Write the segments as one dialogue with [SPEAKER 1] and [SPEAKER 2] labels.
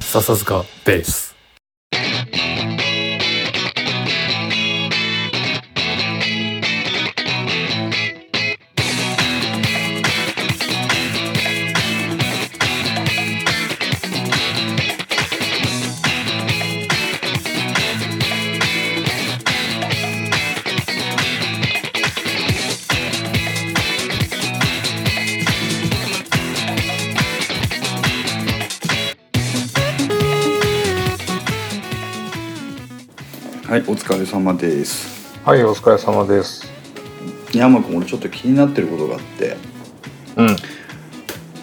[SPEAKER 1] 笹塚ベース
[SPEAKER 2] はい、お疲れ様です。
[SPEAKER 3] はい、お疲れ様です。
[SPEAKER 2] 山君、俺ちょっと気になってることがあって、
[SPEAKER 3] うん、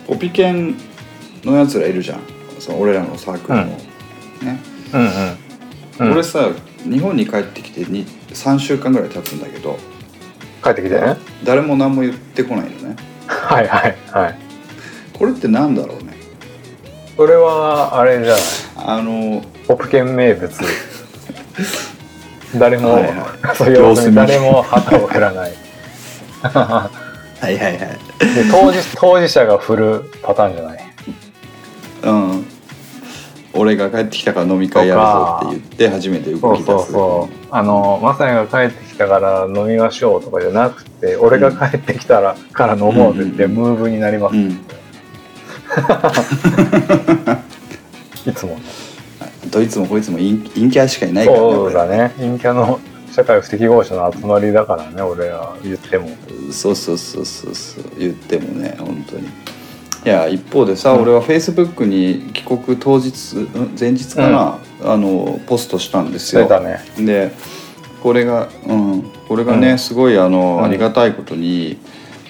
[SPEAKER 2] ポピケンのやつらいるじゃん。その俺らのサークルの、
[SPEAKER 3] うん
[SPEAKER 2] ね、
[SPEAKER 3] うん、うん。
[SPEAKER 2] 俺さ、日本に帰ってきてに3週間ぐらい経つんだけど、
[SPEAKER 3] 帰ってきてね。
[SPEAKER 2] 誰も何も言ってこないのね。
[SPEAKER 3] はい、はい、はい。
[SPEAKER 2] これってなんだろうね。
[SPEAKER 3] それは、あれじゃない。
[SPEAKER 2] あの
[SPEAKER 3] ポプケン名 物。誰も、
[SPEAKER 2] はいは
[SPEAKER 3] そう要するに
[SPEAKER 2] 様子見
[SPEAKER 3] 誰も旗を振らない。
[SPEAKER 2] はいはいはい。
[SPEAKER 3] で当事当事者が振るパターンじゃない。
[SPEAKER 2] うん。俺が帰ってきたから飲み会やるぞって言って初めて
[SPEAKER 3] そ
[SPEAKER 2] 動
[SPEAKER 3] う
[SPEAKER 2] き出す。
[SPEAKER 3] そうそう。あの、まさやが帰ってきたから飲みましょうとかじゃなくて、俺が帰ってきたら、から飲もうって言って、
[SPEAKER 2] うん
[SPEAKER 3] ムーブになります。
[SPEAKER 2] うん。
[SPEAKER 3] いつも。
[SPEAKER 2] どいつもこいつも陰陰キャしかいないからね。
[SPEAKER 3] そう
[SPEAKER 2] 俺
[SPEAKER 3] だね。陰キャの社会不適合者の集まりだからね、俺は言っても。
[SPEAKER 2] そうそうそうそうそう言ってもね本当にいや一方でさ、俺はフェイスブックに帰国当日ん前日かな、あのポストしたんです
[SPEAKER 3] そう
[SPEAKER 2] よ
[SPEAKER 3] だね。
[SPEAKER 2] でこれが、うん、これがね、
[SPEAKER 3] うん
[SPEAKER 2] すごいあの、
[SPEAKER 3] うん
[SPEAKER 2] ありがたいことに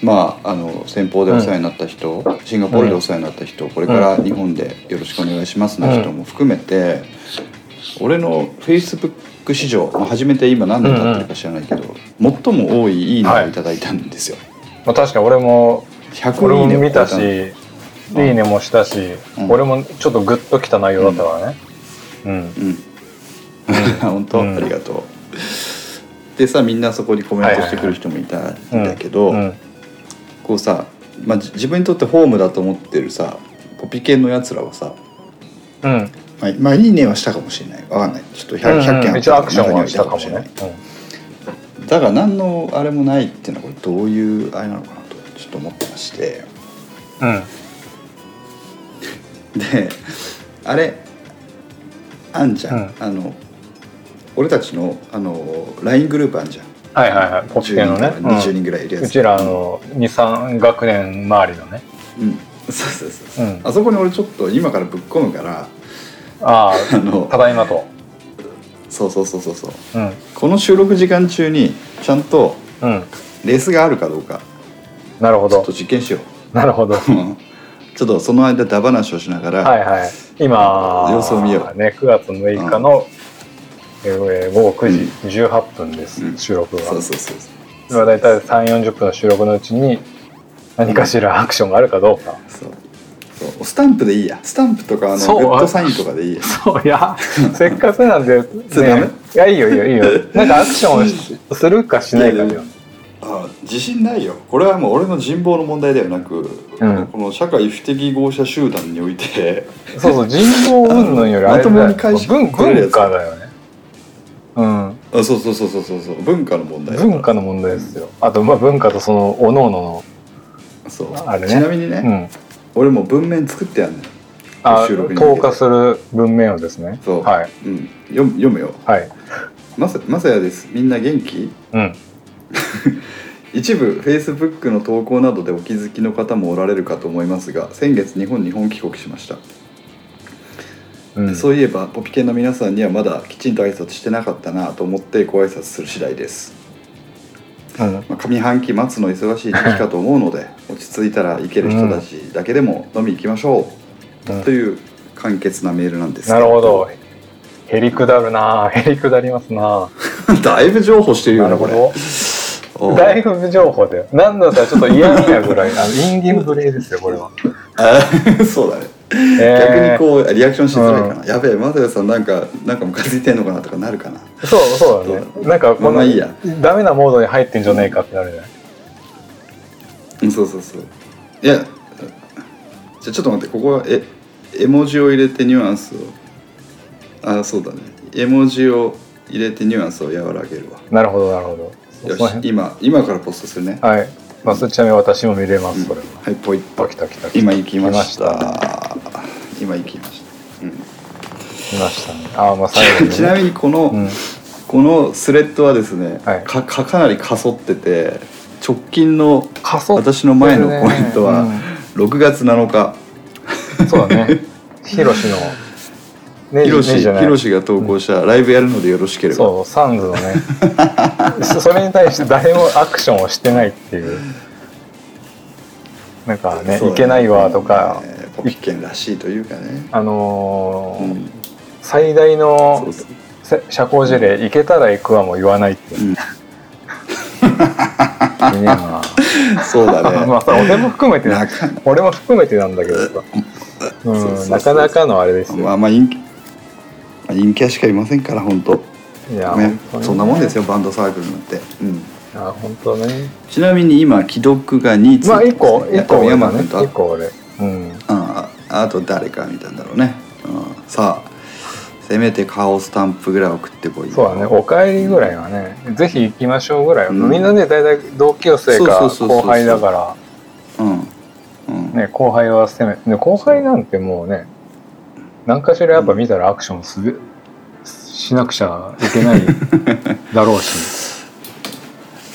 [SPEAKER 2] まああの先方でお世話になった人、シンガポールでお世話になった人これから日本でよろしくお願いしますの人も含めて、俺のフェイスブック史上、まあ、初めて今何年経ってるか知らないけど、最も多い「いいね」をいただいたんですよ。
[SPEAKER 3] まあ、確か俺も、俺
[SPEAKER 2] 100いい
[SPEAKER 3] も
[SPEAKER 2] ねを
[SPEAKER 3] 見たし、
[SPEAKER 2] 超え
[SPEAKER 3] いいねもしたし、
[SPEAKER 2] うん
[SPEAKER 3] 俺もちょっとグッときた内容だったからね。うん。
[SPEAKER 2] うん本当、
[SPEAKER 3] うん
[SPEAKER 2] ありがとう。でさみんなそこにコメントしてくる人もいたんだけど、
[SPEAKER 3] うん。
[SPEAKER 2] こうさ、まあ、じ自分にとってホームだと思ってるさポピケンのやつらはさ、
[SPEAKER 3] うん。
[SPEAKER 2] まあ、まあいいねはしたかもしれないわかんないちょっと 100, 100件
[SPEAKER 3] うん
[SPEAKER 2] あった
[SPEAKER 3] 一応アクションはしたかも
[SPEAKER 2] 中に
[SPEAKER 3] ね
[SPEAKER 2] はい。ないだから何のあれもないっていうのはこれどういうあれなのかなとちょっと思ってまして
[SPEAKER 3] うん。うん
[SPEAKER 2] であれあんじゃん、
[SPEAKER 3] うん
[SPEAKER 2] あの俺たちのあの LINE グループあんじゃん
[SPEAKER 3] はいはいはい。ポップ系のね。
[SPEAKER 2] 10人とか20人ぐらいいる
[SPEAKER 3] う
[SPEAKER 2] や
[SPEAKER 3] んう
[SPEAKER 2] つ、
[SPEAKER 3] ちらの2、3学年周りのね。
[SPEAKER 2] うん、そうそうそうそう、
[SPEAKER 3] うん
[SPEAKER 2] あそこに俺ちょっと今からぶっ込むから
[SPEAKER 3] あ
[SPEAKER 2] あの
[SPEAKER 3] あ、ただいまと。
[SPEAKER 2] そうそうそうそうそう
[SPEAKER 3] うん。
[SPEAKER 2] この収録時間中にちゃんと
[SPEAKER 3] うん。
[SPEAKER 2] レースがあるかどうか
[SPEAKER 3] なるほ
[SPEAKER 2] ちょっ
[SPEAKER 3] ど
[SPEAKER 2] と。実験しよ
[SPEAKER 3] なるほど。
[SPEAKER 2] う うんちょっとその間ダバなしをしながら、
[SPEAKER 3] はいはい。今、
[SPEAKER 2] 様子を見よう
[SPEAKER 3] ね、9月6日の、えー午後9時18分です、
[SPEAKER 2] うん
[SPEAKER 3] 収録が。
[SPEAKER 2] そうそうそう
[SPEAKER 3] 今大体3、40分の収録のうちに、何かしらアクションがあるかどうか。
[SPEAKER 2] そうそうスタンプでいいやスタンプとかあの
[SPEAKER 3] そう
[SPEAKER 2] グッドサインとかでいいや
[SPEAKER 3] そういや、せっかくなんで、
[SPEAKER 2] それダメ
[SPEAKER 3] ね、いや、いいよいいよいい よ。なんかアクションをしするかしないかだよね。
[SPEAKER 2] あ自信ないよこれはもう俺の人望の問題ではなく、
[SPEAKER 3] うん
[SPEAKER 2] この社会不適合者集団において
[SPEAKER 3] そうそう、人口云々よりあ
[SPEAKER 2] ま
[SPEAKER 3] れだ
[SPEAKER 2] とも
[SPEAKER 3] よ
[SPEAKER 2] に返して
[SPEAKER 3] 文
[SPEAKER 2] くれるやつ
[SPEAKER 3] 文化だよね。うん。
[SPEAKER 2] あそうそうそうそうそうそう文化の問題
[SPEAKER 3] 文化の問題ですよ。あと、まあ文化とその、おのの
[SPEAKER 2] そう
[SPEAKER 3] あれね
[SPEAKER 2] ちなみにね、
[SPEAKER 3] の、うん。
[SPEAKER 2] 俺もう文面作ってやんね
[SPEAKER 3] あ
[SPEAKER 2] 収録に向け
[SPEAKER 3] 投
[SPEAKER 2] て
[SPEAKER 3] 下する文面をですね。
[SPEAKER 2] そう
[SPEAKER 3] はい。
[SPEAKER 2] うん読む読むよ
[SPEAKER 3] はい。
[SPEAKER 2] まさまさやですみんな元気
[SPEAKER 3] うん。
[SPEAKER 2] 一部 Facebook の投稿などでお気づきの方もおられるかと思いますが先月日本に本帰国しました、
[SPEAKER 3] うん、
[SPEAKER 2] そういえばポピケンの皆さんにはまだきちんと挨拶してなかったなと思ってご挨拶する次第です、
[SPEAKER 3] うん。
[SPEAKER 2] まあ、上半期末の忙しい時期かと思うので落ち着いたら行ける人たちだけでも飲み行きましょう、
[SPEAKER 3] うん
[SPEAKER 2] という簡潔なメールなんですけ
[SPEAKER 3] なるほど。へりくだるなへりくだりますな
[SPEAKER 2] だいぶ譲歩してるよな
[SPEAKER 3] なる
[SPEAKER 2] こ
[SPEAKER 3] ほ
[SPEAKER 2] れ
[SPEAKER 3] ど。
[SPEAKER 2] おう
[SPEAKER 3] 大学情報 だよ。なんだったらちょっと嫌味なぐらい、 あの、インディンプレイですよ、これは。
[SPEAKER 2] あ そうだね、逆にこうリアクションしづらいかな、やべえマサヤさんなんかなんかムカついてんのかなとかなるかな
[SPEAKER 3] う。そう、そうだね。なんか、こ
[SPEAKER 2] まあまあ
[SPEAKER 3] の
[SPEAKER 2] いいや
[SPEAKER 3] ダメなモードに入ってんじゃねえかってなるじゃない。
[SPEAKER 2] うんそうそうそういやじゃあちょっと待ってここはえ絵文字を入れてニュアンスをあそうだね絵文字を入れてニュアンスを和らげるわ
[SPEAKER 3] なるほどなるほど
[SPEAKER 2] よ
[SPEAKER 3] その
[SPEAKER 2] し
[SPEAKER 3] 辺
[SPEAKER 2] 今今からポストするね
[SPEAKER 3] はい、まあ、それちなみに私も見れます、それは
[SPEAKER 2] はいポイ
[SPEAKER 3] 来た来た来た来た
[SPEAKER 2] 今行きました
[SPEAKER 3] 来
[SPEAKER 2] 今行きました、うん
[SPEAKER 3] 来ましたねああまあ最後に、ね、
[SPEAKER 2] ちなみにこの、
[SPEAKER 3] うん
[SPEAKER 2] このスレッドはですね、
[SPEAKER 3] はい
[SPEAKER 2] かかかなりかそってて直近の
[SPEAKER 3] 仮想
[SPEAKER 2] 私の前のコメントは、6月7日
[SPEAKER 3] うんそうだねヒロ シのね
[SPEAKER 2] ひろ
[SPEAKER 3] ね
[SPEAKER 2] し
[SPEAKER 3] じ
[SPEAKER 2] ひ
[SPEAKER 3] ゃない
[SPEAKER 2] ろしが投稿した、ライブやるのでよろしければ
[SPEAKER 3] そうサンズのねそそれに対して誰もアクションをしてないっていうなんかね
[SPEAKER 2] そう
[SPEAKER 3] いけないわとか、
[SPEAKER 2] ねポピケンらしいというかね、
[SPEAKER 3] あの
[SPEAKER 2] う
[SPEAKER 3] ー
[SPEAKER 2] ん、
[SPEAKER 3] 最大
[SPEAKER 2] そ
[SPEAKER 3] の
[SPEAKER 2] うそう
[SPEAKER 3] せ社交辞令「行けたら行くわ」も言わないって
[SPEAKER 2] うん
[SPEAKER 3] いいねま
[SPEAKER 2] そうだ
[SPEAKER 3] あ
[SPEAKER 2] ね
[SPEAKER 3] まあそれ俺も含めて
[SPEAKER 2] なか
[SPEAKER 3] 俺も含めてなんだけどさ、
[SPEAKER 2] そうそうそう
[SPEAKER 3] うん、なかなかのあれですよ、
[SPEAKER 2] まあまあ陰キ陰キャしかいませんから本当
[SPEAKER 3] いや、
[SPEAKER 2] ね
[SPEAKER 3] 本当にね
[SPEAKER 2] そんなもんですよバンドサークルなんて、うん、
[SPEAKER 3] いや本当ね
[SPEAKER 2] ちなみに今既読が2つ
[SPEAKER 3] まあ一個
[SPEAKER 2] や
[SPEAKER 3] 一
[SPEAKER 2] っぱ
[SPEAKER 3] 個
[SPEAKER 2] り
[SPEAKER 3] 俺
[SPEAKER 2] 山
[SPEAKER 3] だ
[SPEAKER 2] 君
[SPEAKER 3] ね
[SPEAKER 2] とあ
[SPEAKER 3] 一個俺うん
[SPEAKER 2] ああと誰か見たんだろうね、うん、さあせめて顔スタンプぐらい送ってこいよ
[SPEAKER 3] そうだね「おかえり」ぐらいはね「ぜひ行きましょう」ぐらいは、
[SPEAKER 2] うん
[SPEAKER 3] みんなね大体同級
[SPEAKER 2] そう
[SPEAKER 3] 生か
[SPEAKER 2] そうそうそうそう
[SPEAKER 3] 後輩だか
[SPEAKER 2] うん、うん
[SPEAKER 3] ら、ね、後輩は攻め、ね、後輩なんてもうね何かしらやっぱ見たらアクションすべしなくちゃいけないだろ うし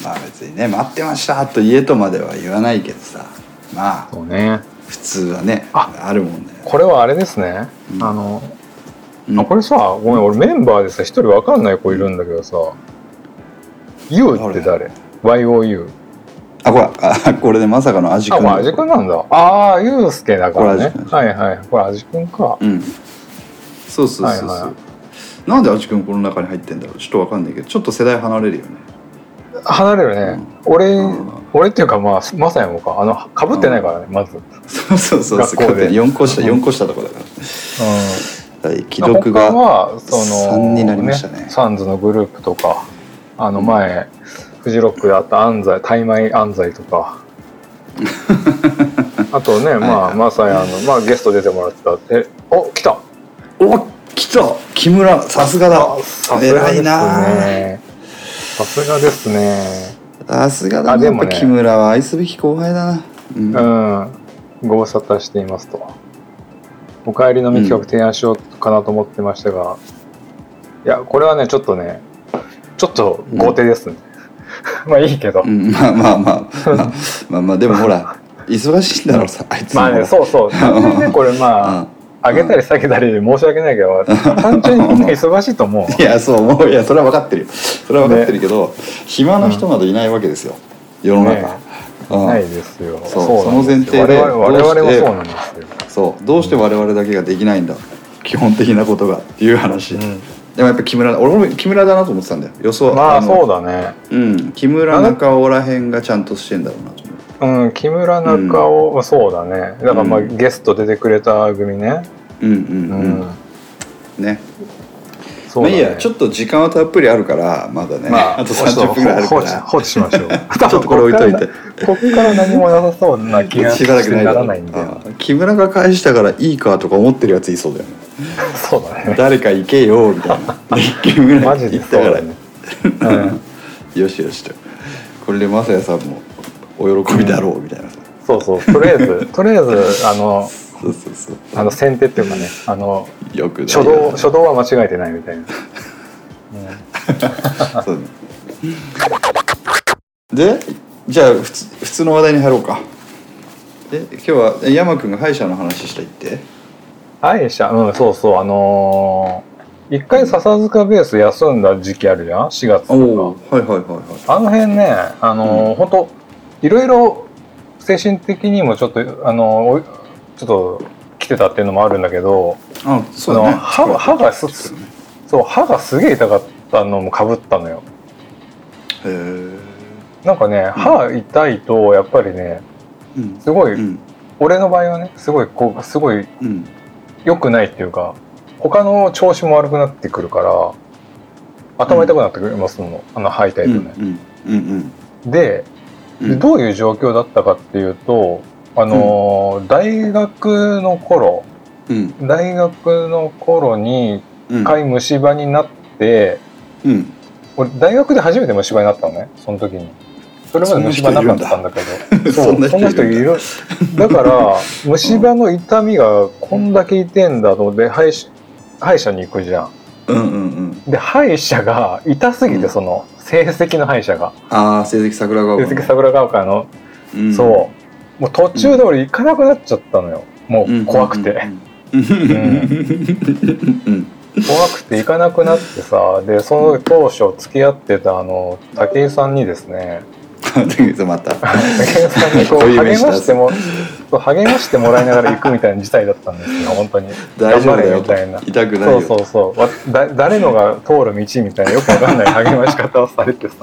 [SPEAKER 2] まあ別にね「待ってました」と言えとまでは言わないけどさまあ
[SPEAKER 3] そうね
[SPEAKER 2] 普通はねあ
[SPEAKER 3] あ
[SPEAKER 2] るもんだよ、
[SPEAKER 3] これはあれですね、
[SPEAKER 2] うん
[SPEAKER 3] あの
[SPEAKER 2] うん
[SPEAKER 3] あこれさごめん俺メンバーでさ一人わかんない子いるんだけどさ「YOU」って誰 ?YOU
[SPEAKER 2] あこれあこれでまさかの味
[SPEAKER 3] あ、
[SPEAKER 2] 君
[SPEAKER 3] これ味くんなんだ。ああ、ゆうすけだからね
[SPEAKER 2] これ味。くん
[SPEAKER 3] はいはい。これ味くんか。
[SPEAKER 2] うんそうそうそうそう、
[SPEAKER 3] はいは
[SPEAKER 2] なんで味君この中に入ってんだろうちょっとわかんないけどちょっと世代離れるよね
[SPEAKER 3] 離れるね。俺、
[SPEAKER 2] うん
[SPEAKER 3] 俺っていうかまあ、まさやもか。あの、かぶってないからね、まず。うん。
[SPEAKER 2] そうそうそう
[SPEAKER 3] 学校で
[SPEAKER 2] 4個下4個下とかだからはい既読
[SPEAKER 3] 他
[SPEAKER 2] が
[SPEAKER 3] は、その、
[SPEAKER 2] 三になりましたね
[SPEAKER 3] サンズのグループとか、あの前、フジロックであった安西、タイマイ安西 とか。あとね、
[SPEAKER 2] は
[SPEAKER 3] ま
[SPEAKER 2] いは
[SPEAKER 3] あ、
[SPEAKER 2] い
[SPEAKER 3] まさやの、まあ、ゲスト出てもらってた。え、お、来た
[SPEAKER 2] お来た木村さすがだ
[SPEAKER 3] さす
[SPEAKER 2] 偉
[SPEAKER 3] がで
[SPEAKER 2] い
[SPEAKER 3] す
[SPEAKER 2] な
[SPEAKER 3] ね。さすがですね。
[SPEAKER 2] さすがだ
[SPEAKER 3] あ
[SPEAKER 2] な
[SPEAKER 3] で
[SPEAKER 2] やっ
[SPEAKER 3] もね
[SPEAKER 2] ぱ木村は愛すべき後輩だなうん
[SPEAKER 3] うん、ご無沙汰していますと。お帰りのみ企画提案しようかなと思ってましたが、いや、これはね、ちょっとね、ちょっと豪邸ですね。 まあいいけど。
[SPEAKER 2] うんまあまあまあまあまあまあでもほら忙しいんだろうさあいつも
[SPEAKER 3] まあね、そうそう。単純にね、これまあ、上げたり下げたりで申し訳ないけど、単純にみんな忙しいと思うわ
[SPEAKER 2] うんいやそう思ういやそれは分かってるよそれは分かってるけど暇な人などいないわけですよ世の中
[SPEAKER 3] ね
[SPEAKER 2] うん
[SPEAKER 3] ないですよ。
[SPEAKER 2] そう
[SPEAKER 3] な
[SPEAKER 2] その
[SPEAKER 3] んすよ
[SPEAKER 2] 前提で
[SPEAKER 3] 我々我
[SPEAKER 2] ど
[SPEAKER 3] 々
[SPEAKER 2] う
[SPEAKER 3] も
[SPEAKER 2] して
[SPEAKER 3] そうなんですよ。
[SPEAKER 2] そうどうして我々だけができないんだ基本的なことがっていう話
[SPEAKER 3] う
[SPEAKER 2] で
[SPEAKER 3] ん
[SPEAKER 2] もやっぱ木村俺も木村だなと思ってたんだよ予想
[SPEAKER 3] まあ
[SPEAKER 2] の
[SPEAKER 3] そうだね。
[SPEAKER 2] うん、木村中尾らへんがちゃんとしてんだろうなと思う
[SPEAKER 3] うん、木村中尾、そうだね。だからまあ、
[SPEAKER 2] うん
[SPEAKER 3] ゲスト出てくれた組ね。
[SPEAKER 2] うんうんうん、ね
[SPEAKER 3] そ
[SPEAKER 2] ま
[SPEAKER 3] う
[SPEAKER 2] あ
[SPEAKER 3] だ
[SPEAKER 2] い
[SPEAKER 3] ね
[SPEAKER 2] いやちょっと時間はたっぷりあるからまだね、
[SPEAKER 3] まあ
[SPEAKER 2] あ、と30分ぐらいあるか
[SPEAKER 3] 放置
[SPEAKER 2] ら
[SPEAKER 3] 放置しまし ょう
[SPEAKER 2] ちょっとこれ置いといて
[SPEAKER 3] こっから何もなさそうな気が
[SPEAKER 2] しばらくない
[SPEAKER 3] な
[SPEAKER 2] だろ
[SPEAKER 3] ら
[SPEAKER 2] う
[SPEAKER 3] ないんだよ
[SPEAKER 2] ああ木村が返したからいいかとか思ってるやついそうだよね
[SPEAKER 3] そうだね
[SPEAKER 2] 誰か行けよみた いな木村
[SPEAKER 3] マジで
[SPEAKER 2] 行った
[SPEAKER 3] そう
[SPEAKER 2] から
[SPEAKER 3] だね
[SPEAKER 2] ね、よしよしとこれで雅也さんもお喜びだろうみたいなさ、
[SPEAKER 3] うんそうそうとりあえずとりあえずあの
[SPEAKER 2] そうそうそう
[SPEAKER 3] あの先手っていうかねあの
[SPEAKER 2] よくない
[SPEAKER 3] 初動初動は間違えてないみたいな、
[SPEAKER 2] そうでじゃあ普通普通の話題に入ろうかで今日はえ山君が歯医者の話したいって
[SPEAKER 3] 歯医者うんそうそうあのー一回笹塚ベース休んだ時期あるじゃん4月と
[SPEAKER 2] おはいはいはいはい
[SPEAKER 3] かあの辺ねあのー、ほんといろいろ精神的にもちょっとあのーおちょっと来てたっていうのもあるんだけど
[SPEAKER 2] あそうだね
[SPEAKER 3] あの歯が歯がす
[SPEAKER 2] そうだね
[SPEAKER 3] そう歯がすげえ痛かったのもかぶったのよ
[SPEAKER 2] へえ
[SPEAKER 3] なんかね歯痛いとやっぱりね
[SPEAKER 2] うん
[SPEAKER 3] すごい、
[SPEAKER 2] うん
[SPEAKER 3] 俺の場合はねすごいこうすごい
[SPEAKER 2] うん
[SPEAKER 3] 良くないっていうか他の調子も悪くなってくるから頭痛くなってくるますの、あの歯痛いと
[SPEAKER 2] うん
[SPEAKER 3] ね、
[SPEAKER 2] うんうん
[SPEAKER 3] で
[SPEAKER 2] うんうん
[SPEAKER 3] どういう状況だったかっていうとあのー大学の頃
[SPEAKER 2] うん
[SPEAKER 3] 大学の頃に
[SPEAKER 2] うん
[SPEAKER 3] 一回虫歯になって、
[SPEAKER 2] うん
[SPEAKER 3] 俺大学で初めて虫歯になったのねその時にそれまで虫歯なかったんだけど
[SPEAKER 2] そんな人
[SPEAKER 3] そ
[SPEAKER 2] いる
[SPEAKER 3] んなん
[SPEAKER 2] だ
[SPEAKER 3] 人いるだから虫歯の痛みがこんだけ痛んだと思って歯医者歯医者に行くじゃん
[SPEAKER 2] うんうんうん
[SPEAKER 3] で歯医者が痛すぎ
[SPEAKER 2] う
[SPEAKER 3] て
[SPEAKER 2] ん
[SPEAKER 3] その成績の歯医者が
[SPEAKER 2] ああ成績桜川
[SPEAKER 3] 成績桜川会の
[SPEAKER 2] うん
[SPEAKER 3] そうもう途中で俺行かなくなっちゃったのよもう怖くて、
[SPEAKER 2] うんうん
[SPEAKER 3] 怖くて行かなくなってさでその当初付き合ってたあの武井さんにですね
[SPEAKER 2] 竹内さんまた
[SPEAKER 3] 武井さんにこう
[SPEAKER 2] こういう
[SPEAKER 3] 励
[SPEAKER 2] 名
[SPEAKER 3] ま
[SPEAKER 2] 刺だ
[SPEAKER 3] してもそう励ましてもらいながら行くみたいな事態だったんですよ本当に
[SPEAKER 2] 大
[SPEAKER 3] 頑
[SPEAKER 2] 丈
[SPEAKER 3] 張
[SPEAKER 2] 夫だ
[SPEAKER 3] れ
[SPEAKER 2] よ
[SPEAKER 3] みたいな
[SPEAKER 2] 痛くない
[SPEAKER 3] そ
[SPEAKER 2] よ
[SPEAKER 3] うそうそうわだ誰のが通る道みたいなよくわかんない励まし方をされてさ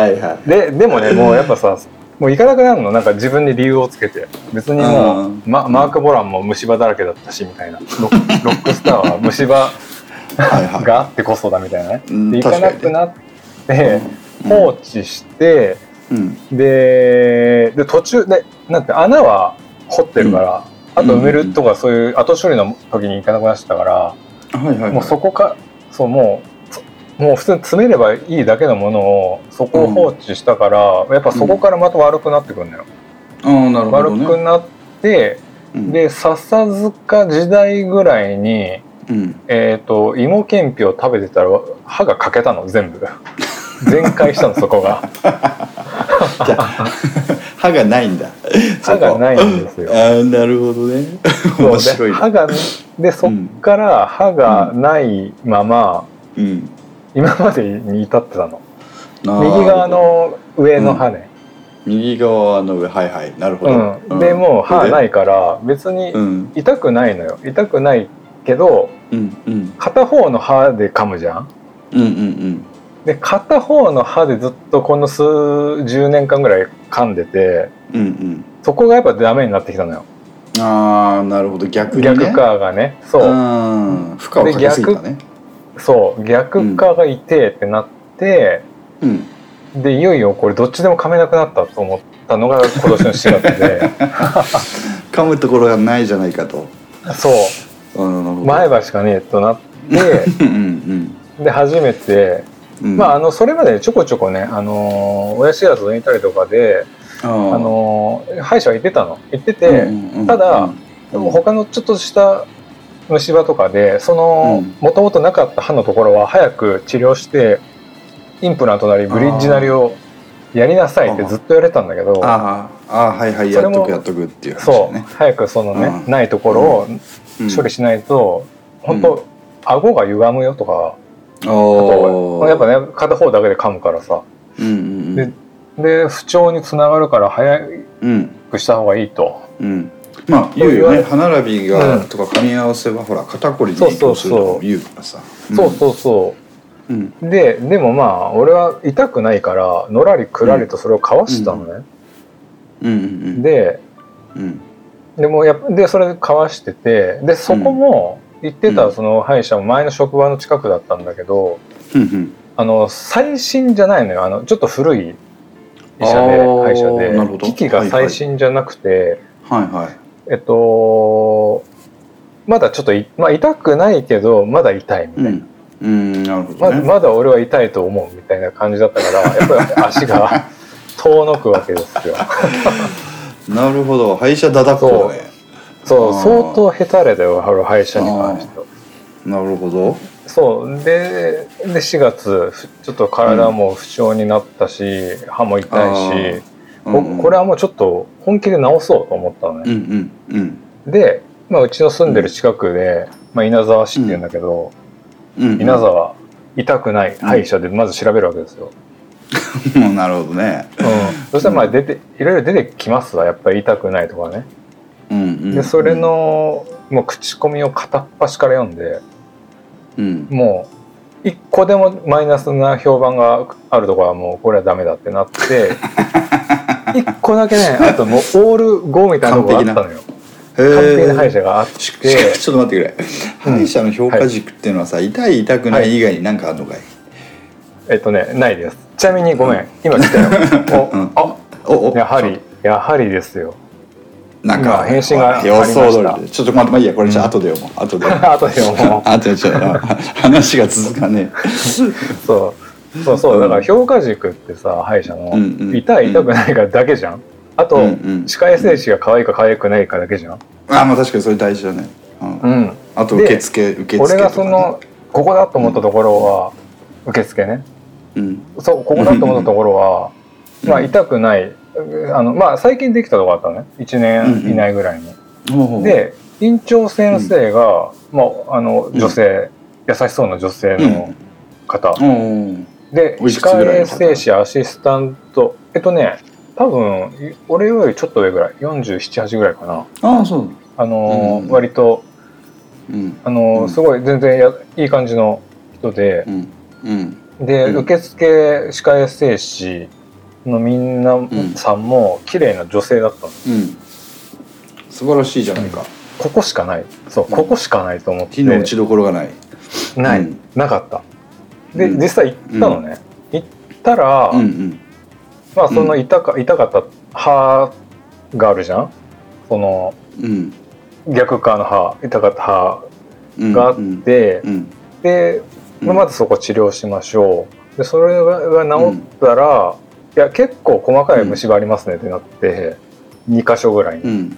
[SPEAKER 2] はいはい
[SPEAKER 3] ででもねもうやっぱさもう行かなくなるのなんか自分で理由をつけて別にもう
[SPEAKER 2] うん
[SPEAKER 3] ママーク・ボランも虫歯だらけだったしみたいな ロッロックスターは虫歯
[SPEAKER 2] はいはい
[SPEAKER 3] があってこそだみたいなね、
[SPEAKER 2] うん
[SPEAKER 3] で行かなくなって、
[SPEAKER 2] うん
[SPEAKER 3] 放置して
[SPEAKER 2] うん
[SPEAKER 3] でで途中でなんて穴は掘ってるから、あと埋めるとかそういう後処理の時に行かなくなっちゃったから、
[SPEAKER 2] はいはい
[SPEAKER 3] もうそこかそうもうつもう普通に詰めればいいだけのものをそこを放置したから、やっぱそこからまた悪くなってくるんだよ、
[SPEAKER 2] ああなるほ
[SPEAKER 3] 悪
[SPEAKER 2] どね
[SPEAKER 3] くなって
[SPEAKER 2] うん
[SPEAKER 3] で笹塚時代ぐらいに
[SPEAKER 2] うん
[SPEAKER 3] えー、と芋けんぴを食べてたら歯が欠けたの全 部全開したのそこが
[SPEAKER 2] じゃあ歯がないんだ
[SPEAKER 3] 歯がない
[SPEAKER 2] あ
[SPEAKER 3] んです よ
[SPEAKER 2] あなるほどね面白い
[SPEAKER 3] で
[SPEAKER 2] ね
[SPEAKER 3] 歯がでそっから歯がないまま、
[SPEAKER 2] うん
[SPEAKER 3] 今までに至ってたの
[SPEAKER 2] なるほど
[SPEAKER 3] 右側の上の歯ね、
[SPEAKER 2] 右側の上はいはいなるほ
[SPEAKER 3] う
[SPEAKER 2] ど
[SPEAKER 3] んでもう歯ないいから別に
[SPEAKER 2] うん
[SPEAKER 3] 痛くないのよ痛くないけど
[SPEAKER 2] うんうん
[SPEAKER 3] 片方の歯で噛むじゃん
[SPEAKER 2] うんうん
[SPEAKER 3] で片方の歯でずっとこの数十年間ぐらい噛んでて
[SPEAKER 2] うんうん
[SPEAKER 3] そこがやっぱダメになってきたのよ
[SPEAKER 2] うんああなるほど逆にね
[SPEAKER 3] 逆カーがね
[SPEAKER 2] う
[SPEAKER 3] そうん
[SPEAKER 2] 負荷をかけすぎたね
[SPEAKER 3] そう逆カーが痛えってなって、
[SPEAKER 2] うん
[SPEAKER 3] でいよいよこれどっちでも噛めなくなったと思ったのが今年の4月で
[SPEAKER 2] 噛むところがないじゃないかと
[SPEAKER 3] そう
[SPEAKER 2] うんな
[SPEAKER 3] 前
[SPEAKER 2] るほ
[SPEAKER 3] 歯しかねえとなって
[SPEAKER 2] どうんうん
[SPEAKER 3] で初めて、
[SPEAKER 2] うん
[SPEAKER 3] まああのそれまでちょこちょこねあのー親知らず抜いたりとかで、
[SPEAKER 2] あ
[SPEAKER 3] あ
[SPEAKER 2] の
[SPEAKER 3] のー歯医者は行ってたの行ってて、ただでも他のちょっとした虫歯とかでその
[SPEAKER 2] うん
[SPEAKER 3] もともとなかった歯のところは早く治療してインプラントなりブリッジなりをやりなさいってずっと言われてたんだけど
[SPEAKER 2] ああああはいはい
[SPEAKER 3] そ
[SPEAKER 2] や
[SPEAKER 3] れ
[SPEAKER 2] っ
[SPEAKER 3] も
[SPEAKER 2] とくやっとくっていう話
[SPEAKER 3] そ
[SPEAKER 2] だ
[SPEAKER 3] う
[SPEAKER 2] ね
[SPEAKER 3] 早くそのね
[SPEAKER 2] うん
[SPEAKER 3] ないところを
[SPEAKER 2] うん
[SPEAKER 3] 処理しないと本
[SPEAKER 2] う
[SPEAKER 3] 当顎が歪むよとか
[SPEAKER 2] おー
[SPEAKER 3] やっぱね片方だけで噛むからさ
[SPEAKER 2] うんうんうん
[SPEAKER 3] でで不調につながるから早
[SPEAKER 2] うん
[SPEAKER 3] くした方がいいと
[SPEAKER 2] うんまあ言うよ
[SPEAKER 3] う
[SPEAKER 2] ね
[SPEAKER 3] ん
[SPEAKER 2] 歯並び
[SPEAKER 3] う
[SPEAKER 2] が
[SPEAKER 3] ん
[SPEAKER 2] とか噛み合わせはほら肩こりに影響するとかも言うからさ
[SPEAKER 3] そうそうそう
[SPEAKER 2] うんうん
[SPEAKER 3] ででもまあ俺は痛くないからのらりくらりとそれをかわしたのね、
[SPEAKER 2] うんうん
[SPEAKER 3] で
[SPEAKER 2] うん
[SPEAKER 3] でもやっぱでそれかわしててでそこも行って
[SPEAKER 2] う
[SPEAKER 3] た
[SPEAKER 2] ん
[SPEAKER 3] その歯医者も前の職場の近くだったんだけど
[SPEAKER 2] うんうん
[SPEAKER 3] あの最新じゃないのよあのちょっと古い医者で
[SPEAKER 2] あー
[SPEAKER 3] 歯医者
[SPEAKER 2] なるほ
[SPEAKER 3] で
[SPEAKER 2] ど
[SPEAKER 3] 機器が最新じゃなくて、
[SPEAKER 2] はいはい
[SPEAKER 3] えっとまだちょっとい、まあ、痛くないけどまだ痛いみたいな。
[SPEAKER 2] うんうんなるほど
[SPEAKER 3] まだ
[SPEAKER 2] ね
[SPEAKER 3] まだ俺は痛いと思うみたいな感じだっ たからやっぱり足が遠のくわけですよ
[SPEAKER 2] なるほど歯医者だだっこだね
[SPEAKER 3] そう
[SPEAKER 2] あー
[SPEAKER 3] 相当へたれだよ俺歯医者に関しては
[SPEAKER 2] なるほど
[SPEAKER 3] そうでで4月ふちょっと体も不調になったし、歯も痛いし、
[SPEAKER 2] う
[SPEAKER 3] こ
[SPEAKER 2] んうん
[SPEAKER 3] これはもうちょっと本気で治そうと思ったの
[SPEAKER 2] うん
[SPEAKER 3] ね、
[SPEAKER 2] うんうん
[SPEAKER 3] で、まあ、うちの住んでる近くで、まあ、稲沢市っていうんだけど、
[SPEAKER 2] うんうん
[SPEAKER 3] 稲沢痛くない歯医者でまず調べるわけですよ、
[SPEAKER 2] もう なるほどね
[SPEAKER 3] うん、そしたらまあ出ていろいろ出てきますわやっぱり痛くないとかね
[SPEAKER 2] うんうん
[SPEAKER 3] でそれのもう口コミを片っ端から読んで
[SPEAKER 2] うん
[SPEAKER 3] もう一個でもマイナスな評判があるところはもうこれはダメだってなって 一個だけねあともうオール5みたいなところがあったのよ
[SPEAKER 2] へー
[SPEAKER 3] 完璧な歯医者があって
[SPEAKER 2] ししちょっと待ってくれ
[SPEAKER 3] うん
[SPEAKER 2] 歯医者の評価軸っていうのはさ痛い痛くない以外に何かあるのかい
[SPEAKER 3] えっとねないですちなみ にごめん今来たよお
[SPEAKER 2] うん
[SPEAKER 3] あ
[SPEAKER 2] おお
[SPEAKER 3] やはりやはりですよ
[SPEAKER 2] なん
[SPEAKER 3] ま
[SPEAKER 2] か
[SPEAKER 3] あ返信があり
[SPEAKER 2] 予
[SPEAKER 3] まし
[SPEAKER 2] 想
[SPEAKER 3] た
[SPEAKER 2] 通りでちょっとままあいいやこれじゃあ後で読もう、 後で
[SPEAKER 3] 後で読もう
[SPEAKER 2] 後でちょっと 話が続かねえ
[SPEAKER 3] そうそうそうだから評価軸ってさ歯医者の、
[SPEAKER 2] うんうん
[SPEAKER 3] 痛い痛くないかだけじゃんあと、
[SPEAKER 2] うんうん
[SPEAKER 3] 歯科衛生士が可愛いか可愛くないかだけじゃん、
[SPEAKER 2] あまあ確かにそれ大事だね、うん
[SPEAKER 3] うん、
[SPEAKER 2] あと
[SPEAKER 3] で
[SPEAKER 2] 受付受付とか、ね、
[SPEAKER 3] 俺がそのここだと思ったところは、受付ね
[SPEAKER 2] うん
[SPEAKER 3] そうここだと思ったところは、
[SPEAKER 2] うん
[SPEAKER 3] まあ痛くないあのまあ最近できたとこだったのね1
[SPEAKER 2] うんうん
[SPEAKER 3] 年以内ぐらいに、
[SPEAKER 2] ほうほう
[SPEAKER 3] で院長先生が、まあ、あの女性、優しそうな女性の方、
[SPEAKER 2] うんうん
[SPEAKER 3] で
[SPEAKER 2] おいくつ
[SPEAKER 3] 歯科
[SPEAKER 2] ぐらいの
[SPEAKER 3] 衛
[SPEAKER 2] 方
[SPEAKER 3] 生士アシスタントえっとね多分い俺よりちょっと上ぐらい478ぐらいかな
[SPEAKER 2] ああそう
[SPEAKER 3] あのー、
[SPEAKER 2] うん
[SPEAKER 3] 割と
[SPEAKER 2] うん
[SPEAKER 3] あのー
[SPEAKER 2] うん
[SPEAKER 3] すごい全然やいい感じの人で
[SPEAKER 2] う、んうん
[SPEAKER 3] で、
[SPEAKER 2] うん
[SPEAKER 3] 受付歯科衛生士のみんなさんも綺麗な女性だったの、
[SPEAKER 2] うん素晴らしいじゃないか
[SPEAKER 3] ここしかないそう
[SPEAKER 2] うん
[SPEAKER 3] ここしかないと思って、
[SPEAKER 2] 火の打ちどころがない
[SPEAKER 3] な
[SPEAKER 2] う
[SPEAKER 3] い、
[SPEAKER 2] ん
[SPEAKER 3] なかったで、
[SPEAKER 2] うん
[SPEAKER 3] 実際行ったのね、行ったら、
[SPEAKER 2] うんうん
[SPEAKER 3] まあその痛か痛かった歯があるじゃんその
[SPEAKER 2] うん
[SPEAKER 3] 逆側の歯痛かった歯
[SPEAKER 2] うん
[SPEAKER 3] があって、
[SPEAKER 2] うんうん
[SPEAKER 3] で、まあまずそこ治療しましょうでそれが治ったら、いや結構細かい虫歯ありますねってなって、2箇所ぐらいに、
[SPEAKER 2] うん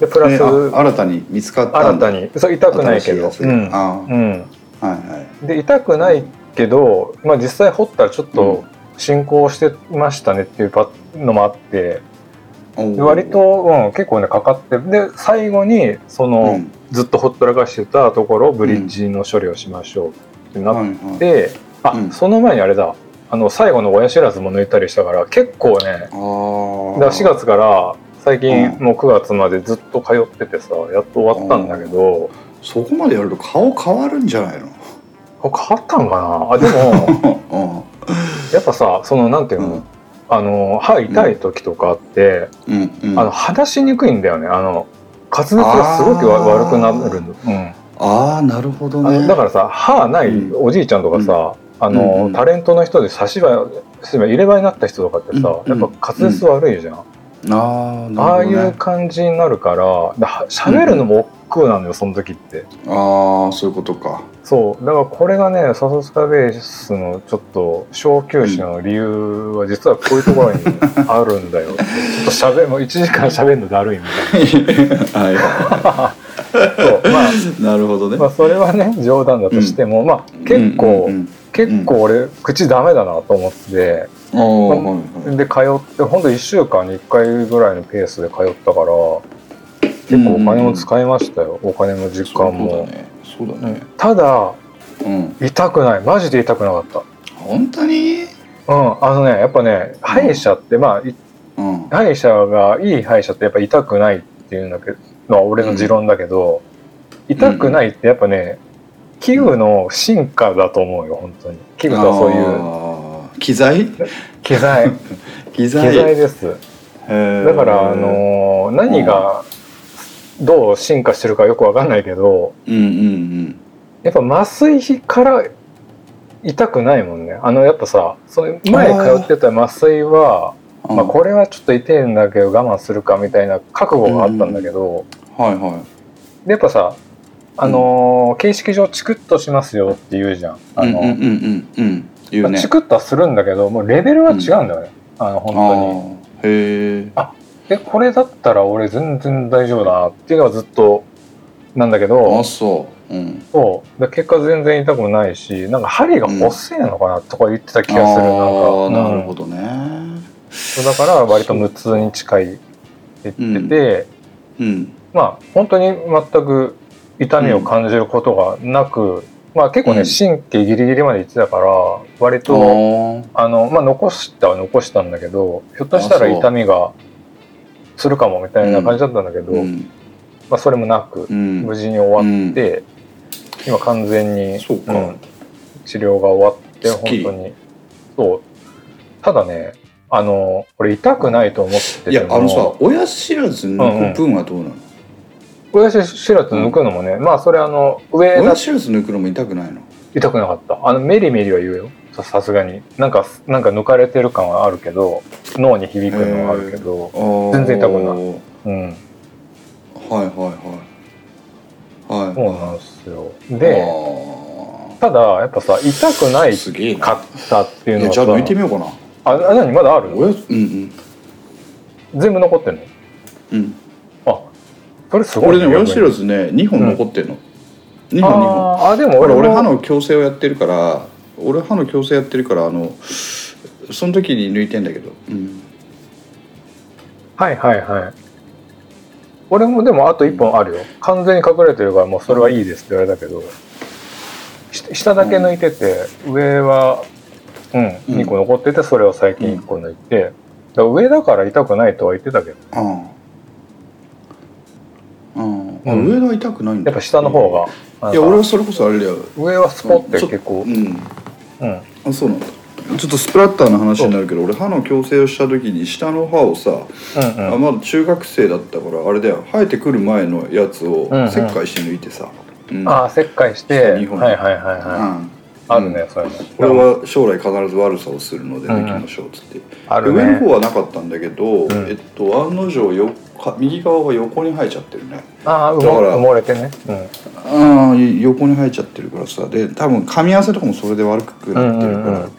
[SPEAKER 3] でプラ
[SPEAKER 2] ね
[SPEAKER 3] ス、
[SPEAKER 2] あ新たに見つかった
[SPEAKER 3] 新た
[SPEAKER 2] に
[SPEAKER 3] にそう痛くないけどうん
[SPEAKER 2] ああ
[SPEAKER 3] うん、
[SPEAKER 2] はいはい
[SPEAKER 3] で痛くないけど、まあ、実際掘ったらちょっと進行してましたねっていうパのもあって、
[SPEAKER 2] おー
[SPEAKER 3] で割と、うん、結構ねかかってで最後にその、
[SPEAKER 2] うん
[SPEAKER 3] ずっとほったらかしてたところをブリッジの処理をしましょうってな
[SPEAKER 2] は
[SPEAKER 3] っ
[SPEAKER 2] いはい
[SPEAKER 3] て、あ、
[SPEAKER 2] うん
[SPEAKER 3] その前にあれだあの最後の親知らずも抜いたりしたから結構ね
[SPEAKER 2] あ
[SPEAKER 3] だ
[SPEAKER 2] ー
[SPEAKER 3] から4月から最近
[SPEAKER 2] うん
[SPEAKER 3] もう9月までずっと通っててさやっと終わったんだけど、
[SPEAKER 2] そこまでやると顔変わるんじゃないの
[SPEAKER 3] あ変わったんかなあでも やっぱさそのなんていうの、
[SPEAKER 2] うん
[SPEAKER 3] あの歯痛い時とかあって、
[SPEAKER 2] うんうんうん
[SPEAKER 3] あの話しにくいんだよねあの滑舌がすごくわ悪くなるの、うん、
[SPEAKER 2] あーなるほど
[SPEAKER 3] あ
[SPEAKER 2] ね
[SPEAKER 3] のだからさ歯ない
[SPEAKER 2] うん
[SPEAKER 3] おじいちゃんとかさ、あの
[SPEAKER 2] うんうん
[SPEAKER 3] タレントの人で差し歯差し歯入れ歯になった人とかってさ、
[SPEAKER 2] うん
[SPEAKER 3] やっぱ滑舌悪いじゃん、
[SPEAKER 2] あー
[SPEAKER 3] あ
[SPEAKER 2] な
[SPEAKER 3] あ
[SPEAKER 2] る
[SPEAKER 3] い
[SPEAKER 2] ほど
[SPEAKER 3] う
[SPEAKER 2] ね
[SPEAKER 3] 感じになるからだは喋るのも億劫なのよその時って
[SPEAKER 2] ああそういうことか
[SPEAKER 3] そうだからこれがねサソスカベースのちょっと小休止の理由は実はこういうところにあるん だよちょっと喋もう1時間喋るのだるいみた
[SPEAKER 2] はい
[SPEAKER 3] いなそうまあ
[SPEAKER 2] なるほどね、
[SPEAKER 3] まあそれはね冗談だとしても、まあ結構、
[SPEAKER 2] うんうん
[SPEAKER 3] 結構俺、口ダメだなと思って
[SPEAKER 2] うんおーはいはい
[SPEAKER 3] で通ってほんと1週間に1回ぐらいのペースで通ったから結構お金も使いましたよ、お金も時間も、
[SPEAKER 2] そうだねそうだね
[SPEAKER 3] ただ
[SPEAKER 2] うん
[SPEAKER 3] 痛くないマジで痛くなかっ
[SPEAKER 2] 本当に
[SPEAKER 3] たうんあのねやっぱね歯医者って、まあい
[SPEAKER 2] うん
[SPEAKER 3] 歯医者がいい歯医者ってやっぱ痛くないっていうんだけどまあ俺の持論だけど、痛くないってやっぱね器具の進化だと思うよ本当に器具とはそうい
[SPEAKER 2] う
[SPEAKER 3] う
[SPEAKER 2] いう機材
[SPEAKER 3] 機 材
[SPEAKER 2] 機
[SPEAKER 3] 機
[SPEAKER 2] 材
[SPEAKER 3] 材ですだ
[SPEAKER 2] だ
[SPEAKER 3] から、あのー何がどう進化してるかよくわかんないけど
[SPEAKER 2] うんうん
[SPEAKER 3] やっぱ麻酔から痛くないもんねあのやっぱさそれ前通ってた麻酔は
[SPEAKER 2] うん
[SPEAKER 3] まあ、これはちょっと痛いんだけど我慢するかみたいな覚悟があったんだけど、
[SPEAKER 2] はいは
[SPEAKER 3] でやっぱさあのー形式上チクッとしますよって言うじゃん。あ
[SPEAKER 2] い
[SPEAKER 3] の
[SPEAKER 2] うんうんうんうんうん言う
[SPEAKER 3] ま
[SPEAKER 2] ね
[SPEAKER 3] あチクッとはするんだけどもうレベルは違うんだよね、あの本当に。
[SPEAKER 2] あーへえ
[SPEAKER 3] えこれだったら俺全然大丈夫だなっていうのはずっとなんだけど
[SPEAKER 2] あそううん
[SPEAKER 3] そうで結果全然痛くもないしなんか針が細いのかなとか言ってた気がする、
[SPEAKER 2] あー
[SPEAKER 3] なんか
[SPEAKER 2] なるほ
[SPEAKER 3] ど、
[SPEAKER 2] どね
[SPEAKER 3] うんだから割と無痛に近いって言ってて、
[SPEAKER 2] うん
[SPEAKER 3] まあ本当に全く痛みを感じることがなく、まあ結構ね
[SPEAKER 2] うん
[SPEAKER 3] 神経ギリギリまでいってたから割
[SPEAKER 2] あ
[SPEAKER 3] と
[SPEAKER 2] ー
[SPEAKER 3] あの、まあ、残したは残したんだけどひょっとしたら
[SPEAKER 2] あそう
[SPEAKER 3] 痛みがするかもみたいな感じだったんだけど、
[SPEAKER 2] うん
[SPEAKER 3] まあ、それもなく
[SPEAKER 2] う。ん
[SPEAKER 3] 無事に終わって、今完全に
[SPEAKER 2] そうか
[SPEAKER 3] ん治療が終わって
[SPEAKER 2] すっ
[SPEAKER 3] 本
[SPEAKER 2] きり
[SPEAKER 3] 当にそうただねあの俺痛くないと思って
[SPEAKER 2] い
[SPEAKER 3] て
[SPEAKER 2] や
[SPEAKER 3] も
[SPEAKER 2] あのさ親知らず抜く分はどうなの、
[SPEAKER 3] 親知らず抜くのもね、まあそれあの上だ
[SPEAKER 2] 親知らず抜くのも痛くないの
[SPEAKER 3] 痛くなかったあのメリメリは言うよささすがになんかなんか抜かれてる感はあるけど脳に響くのはあるけど、
[SPEAKER 2] あー
[SPEAKER 3] 全然痛くなうん、
[SPEAKER 2] はいはいはい
[SPEAKER 3] そ
[SPEAKER 2] は
[SPEAKER 3] うなんですよ
[SPEAKER 2] い
[SPEAKER 3] で
[SPEAKER 2] あ
[SPEAKER 3] ただやっぱさ痛くな
[SPEAKER 2] ー
[SPEAKER 3] い
[SPEAKER 2] すげえな
[SPEAKER 3] かったっていう
[SPEAKER 2] い
[SPEAKER 3] の
[SPEAKER 2] や
[SPEAKER 3] は
[SPEAKER 2] じ
[SPEAKER 3] さ
[SPEAKER 2] ゃあ抜いてみようかな
[SPEAKER 3] ああ何まだある
[SPEAKER 2] おやつうんうん
[SPEAKER 3] 全部残ってんの
[SPEAKER 2] うん
[SPEAKER 3] あそれすごい
[SPEAKER 2] 俺ね親
[SPEAKER 3] 逆に
[SPEAKER 2] 知らずね2本残ってんの、二2本2本
[SPEAKER 3] あーあでも
[SPEAKER 2] 俺
[SPEAKER 3] 俺
[SPEAKER 2] 俺歯
[SPEAKER 3] も
[SPEAKER 2] の矯正をやってるから俺歯の矯正やってるからあのその時に抜いてんだけど、うん、
[SPEAKER 3] はいはいはい俺もでもあと1本あるよ完全に隠れてるからもうそれはいいですって言われたけどし下だけ抜いてて、上はうん
[SPEAKER 2] うん
[SPEAKER 3] 2個残っててそれを最近1個抜いて、だから上だから痛くないとは言ってたけど
[SPEAKER 2] ああああ、
[SPEAKER 3] うん
[SPEAKER 2] 上が痛くないんだ
[SPEAKER 3] やっぱ下の方が、
[SPEAKER 2] いや
[SPEAKER 3] なんか
[SPEAKER 2] 俺はそれこそあれだよ
[SPEAKER 3] 上はスポって結構、
[SPEAKER 2] うん
[SPEAKER 3] うん、
[SPEAKER 2] あそうなんだちょっとスプラッターの話になるけど俺歯の矯正をした時に下の歯をさ、
[SPEAKER 3] うんうん
[SPEAKER 2] あまだ中学生だったからあれだよ生えてくる前のやつを
[SPEAKER 3] うんうん
[SPEAKER 2] 切開して抜いてさ、うん
[SPEAKER 3] ああ切開して
[SPEAKER 2] 下
[SPEAKER 3] はい
[SPEAKER 2] に本
[SPEAKER 3] はいはいはい、
[SPEAKER 2] うん
[SPEAKER 3] あるねそれも
[SPEAKER 2] これは将来必ず悪さをするので抜きましょうっつって、
[SPEAKER 3] ある
[SPEAKER 2] 上の
[SPEAKER 3] ね
[SPEAKER 2] 方はなかったんだけど、
[SPEAKER 3] ん
[SPEAKER 2] えっと案の定よか右側が横に生えちゃってるね
[SPEAKER 3] ああ埋
[SPEAKER 2] だか
[SPEAKER 3] も
[SPEAKER 2] ら
[SPEAKER 3] 埋もれてね、うん、
[SPEAKER 2] ああ横に生えちゃってるからさで多分噛み合わせとかもそれで悪くなってるから、
[SPEAKER 3] うん
[SPEAKER 2] うん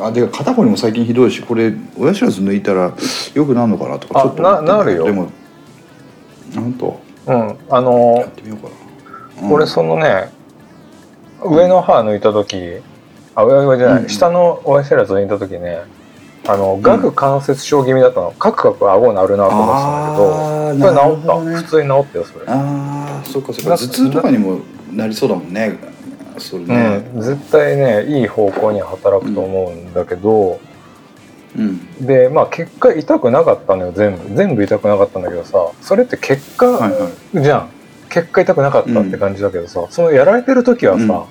[SPEAKER 2] あで肩こりも最近ひどいしこれ親知らず抜いたらよくなるのかなとか
[SPEAKER 3] あ
[SPEAKER 2] ちょっと思ってんだ
[SPEAKER 3] なな
[SPEAKER 2] け
[SPEAKER 3] る
[SPEAKER 2] どで
[SPEAKER 3] よ
[SPEAKER 2] もなんと
[SPEAKER 3] うん、あの
[SPEAKER 2] やってみようかな、うん
[SPEAKER 3] 俺そのね上の歯抜いた時あ上上じゃない、
[SPEAKER 2] うん
[SPEAKER 3] 下の親知らず抜いた時ねあの顎関節症気味だったの、カクカク顎なるなと思ってたんだけど
[SPEAKER 2] あー
[SPEAKER 3] それ治
[SPEAKER 2] なる
[SPEAKER 3] った
[SPEAKER 2] ほ、どね
[SPEAKER 3] 普通に治ったよそれ、
[SPEAKER 2] ああそっかそっか
[SPEAKER 3] な
[SPEAKER 2] 頭痛とかにもなりそうだもんねそれね
[SPEAKER 3] うん、絶対ねいい方向には働くと思うんだけど、
[SPEAKER 2] うん
[SPEAKER 3] でまあ結果痛くなかったのよ全部全部痛くなかったんだけどさそれって結果、
[SPEAKER 2] はいはい
[SPEAKER 3] じゃん結果痛くなかったって感じだけどさ、そのやられてる時はさ、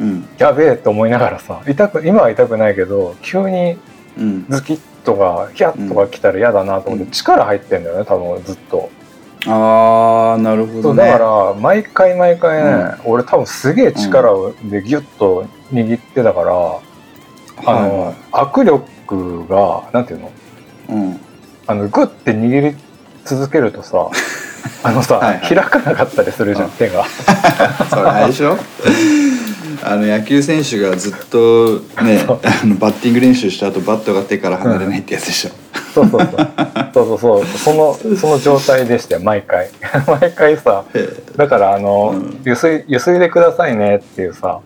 [SPEAKER 2] うんうん
[SPEAKER 3] やべえと思いながらさ痛く今は痛くないけど急に
[SPEAKER 2] うん
[SPEAKER 3] ズキッとかヒャッとか来たら嫌だなと思って、
[SPEAKER 2] うん
[SPEAKER 3] 力入ってんだよね多分ずっと、
[SPEAKER 2] ああなるほ
[SPEAKER 3] そ
[SPEAKER 2] ど
[SPEAKER 3] う
[SPEAKER 2] ね
[SPEAKER 3] だから毎回毎回ね、俺多分すげえ力をでギュッと握ってたから、あの、
[SPEAKER 2] は
[SPEAKER 3] 握力がなんていう
[SPEAKER 2] い
[SPEAKER 3] の
[SPEAKER 2] はいうん
[SPEAKER 3] あのグッて握り続ける とさあのさ
[SPEAKER 2] はいはい
[SPEAKER 3] 開かなかったりするじゃ
[SPEAKER 2] う
[SPEAKER 3] ん
[SPEAKER 2] ん
[SPEAKER 3] 手が
[SPEAKER 2] それあれでしょあの野球選手がずっとね
[SPEAKER 3] そう
[SPEAKER 2] あのバッティング練習した後バットが手から離れないってやつでしょ、
[SPEAKER 3] そうそうそうそうそうそうそのその状態でしたよ毎回 毎回さ
[SPEAKER 2] へ
[SPEAKER 3] だからあの、
[SPEAKER 2] うん
[SPEAKER 3] ゆすいゆすいでくださいねっていうさ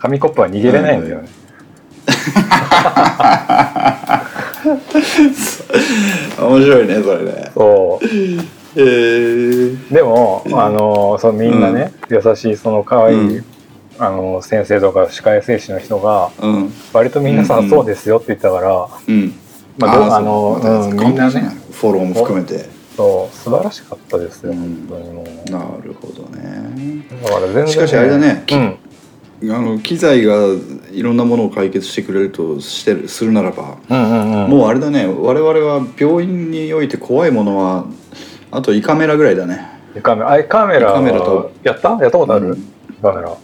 [SPEAKER 3] 紙コップは握れないんだよね、
[SPEAKER 2] え面白いねそれね
[SPEAKER 3] そう
[SPEAKER 2] へえ
[SPEAKER 3] でも、あのそうみんなね、優しいその可愛い、
[SPEAKER 2] うん
[SPEAKER 3] あの先生とか歯科衛生士の人が
[SPEAKER 2] うん
[SPEAKER 3] 割とみんなさ、
[SPEAKER 2] うんうん
[SPEAKER 3] そうですよって言ったから、
[SPEAKER 2] うん
[SPEAKER 3] まあどうあの
[SPEAKER 2] そう
[SPEAKER 3] うんみんなね
[SPEAKER 2] 完璧じゃいフォローも含めて
[SPEAKER 3] そう素晴らしかったですよ、
[SPEAKER 2] うん
[SPEAKER 3] 本当にもう
[SPEAKER 2] なるほどね
[SPEAKER 3] だから全然、
[SPEAKER 2] しかしあれだね
[SPEAKER 3] うん
[SPEAKER 2] あの機材がいろんなものを解決してくれるとしてるするならば
[SPEAKER 3] うんうんうん
[SPEAKER 2] もうあれだね我々は病院において怖いものはあと胃カメラぐらいだね
[SPEAKER 3] 胃カメラあ胃カメラ
[SPEAKER 2] 胃カメラと
[SPEAKER 3] やったやったことある、
[SPEAKER 2] うん
[SPEAKER 3] 胃カメラ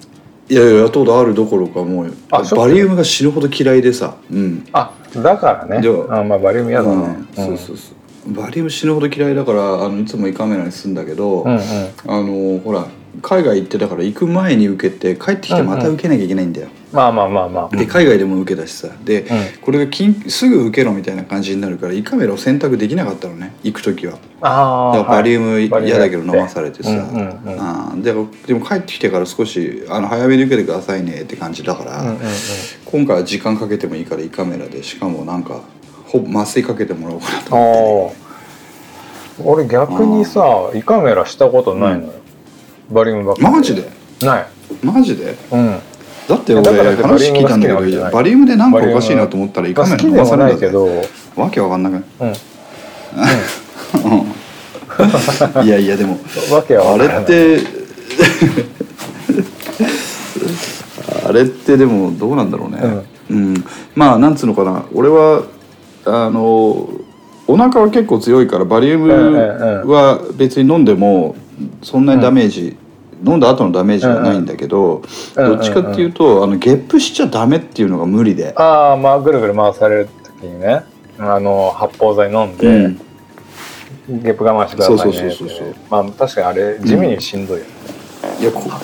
[SPEAKER 2] いやいややったことあるどころかもう
[SPEAKER 3] あショック
[SPEAKER 2] バリウムが死ぬほど嫌いでさうん
[SPEAKER 3] あだからね
[SPEAKER 2] では
[SPEAKER 3] あまあバリウム嫌だね、
[SPEAKER 2] うん
[SPEAKER 3] ん
[SPEAKER 2] そうそうそうバリウム死ぬほど嫌いだからあのいつも胃カメラにするんだけど、
[SPEAKER 3] うんう
[SPEAKER 2] あ
[SPEAKER 3] ん
[SPEAKER 2] のほら海外行ってたから行く前に受けて帰ってきてまた受けなきゃいけないんだよ、
[SPEAKER 3] まあまあまあまあ
[SPEAKER 2] で海外でも受けたしさで、
[SPEAKER 3] ん
[SPEAKER 2] これが緊すぐ受けろみたいな感じになるから胃カメラを選択できなかったのね行く時は
[SPEAKER 3] あ
[SPEAKER 2] だ
[SPEAKER 3] あ
[SPEAKER 2] からバリウム
[SPEAKER 3] バリウム
[SPEAKER 2] 嫌だけど飲まされてさ、
[SPEAKER 3] うんうんうん
[SPEAKER 2] あーでもでも帰ってきてから少しあの早めに受けてくださいねって感じだから、
[SPEAKER 3] うんうんうん
[SPEAKER 2] 今回は時間かけてもいいから胃カメラでしかもなんかほぼ麻酔かけてもらおうかなと思
[SPEAKER 3] おー俺逆にさ胃カメラしたことないのよ、バリウムばっ
[SPEAKER 2] って、ね、マジで
[SPEAKER 3] ない
[SPEAKER 2] マジで
[SPEAKER 3] うん
[SPEAKER 2] だって
[SPEAKER 3] いや
[SPEAKER 2] 俺
[SPEAKER 3] だからって
[SPEAKER 2] 話聞いたんだけ
[SPEAKER 3] バリウムが好きなわけじゃな
[SPEAKER 2] ど
[SPEAKER 3] い
[SPEAKER 2] バリウムでなんかおかしいなと思ったら胃
[SPEAKER 3] ま
[SPEAKER 2] カ
[SPEAKER 3] あ
[SPEAKER 2] メラ
[SPEAKER 3] 好き
[SPEAKER 2] 飲
[SPEAKER 3] で
[SPEAKER 2] ま
[SPEAKER 3] も
[SPEAKER 2] され
[SPEAKER 3] な
[SPEAKER 2] るん
[SPEAKER 3] い
[SPEAKER 2] だぜ
[SPEAKER 3] けど、
[SPEAKER 2] わけわかんなく
[SPEAKER 3] う
[SPEAKER 2] ない
[SPEAKER 3] ん、
[SPEAKER 2] いやいやでも
[SPEAKER 3] わけは
[SPEAKER 2] あ
[SPEAKER 3] わからな
[SPEAKER 2] れ
[SPEAKER 3] い
[SPEAKER 2] ってあれってでもどうなんだろうね、うんまあなんつうのかな俺はあのお腹は結構強いからバリウムは別に飲んでもそんなにダメージ、飲んだ後のダメージはないんだけど、
[SPEAKER 3] うんう
[SPEAKER 2] ど
[SPEAKER 3] ん
[SPEAKER 2] っちかっていうと、あのゲップしちゃダメっていうのが無理で、
[SPEAKER 3] ああまあぐるぐる回される時にねあの発泡剤飲んで、
[SPEAKER 2] うん
[SPEAKER 3] ゲップ我慢してくださいね
[SPEAKER 2] そうそうそうそう
[SPEAKER 3] ってまあ確かにあれ地味にしんどいよね、
[SPEAKER 2] いやこいや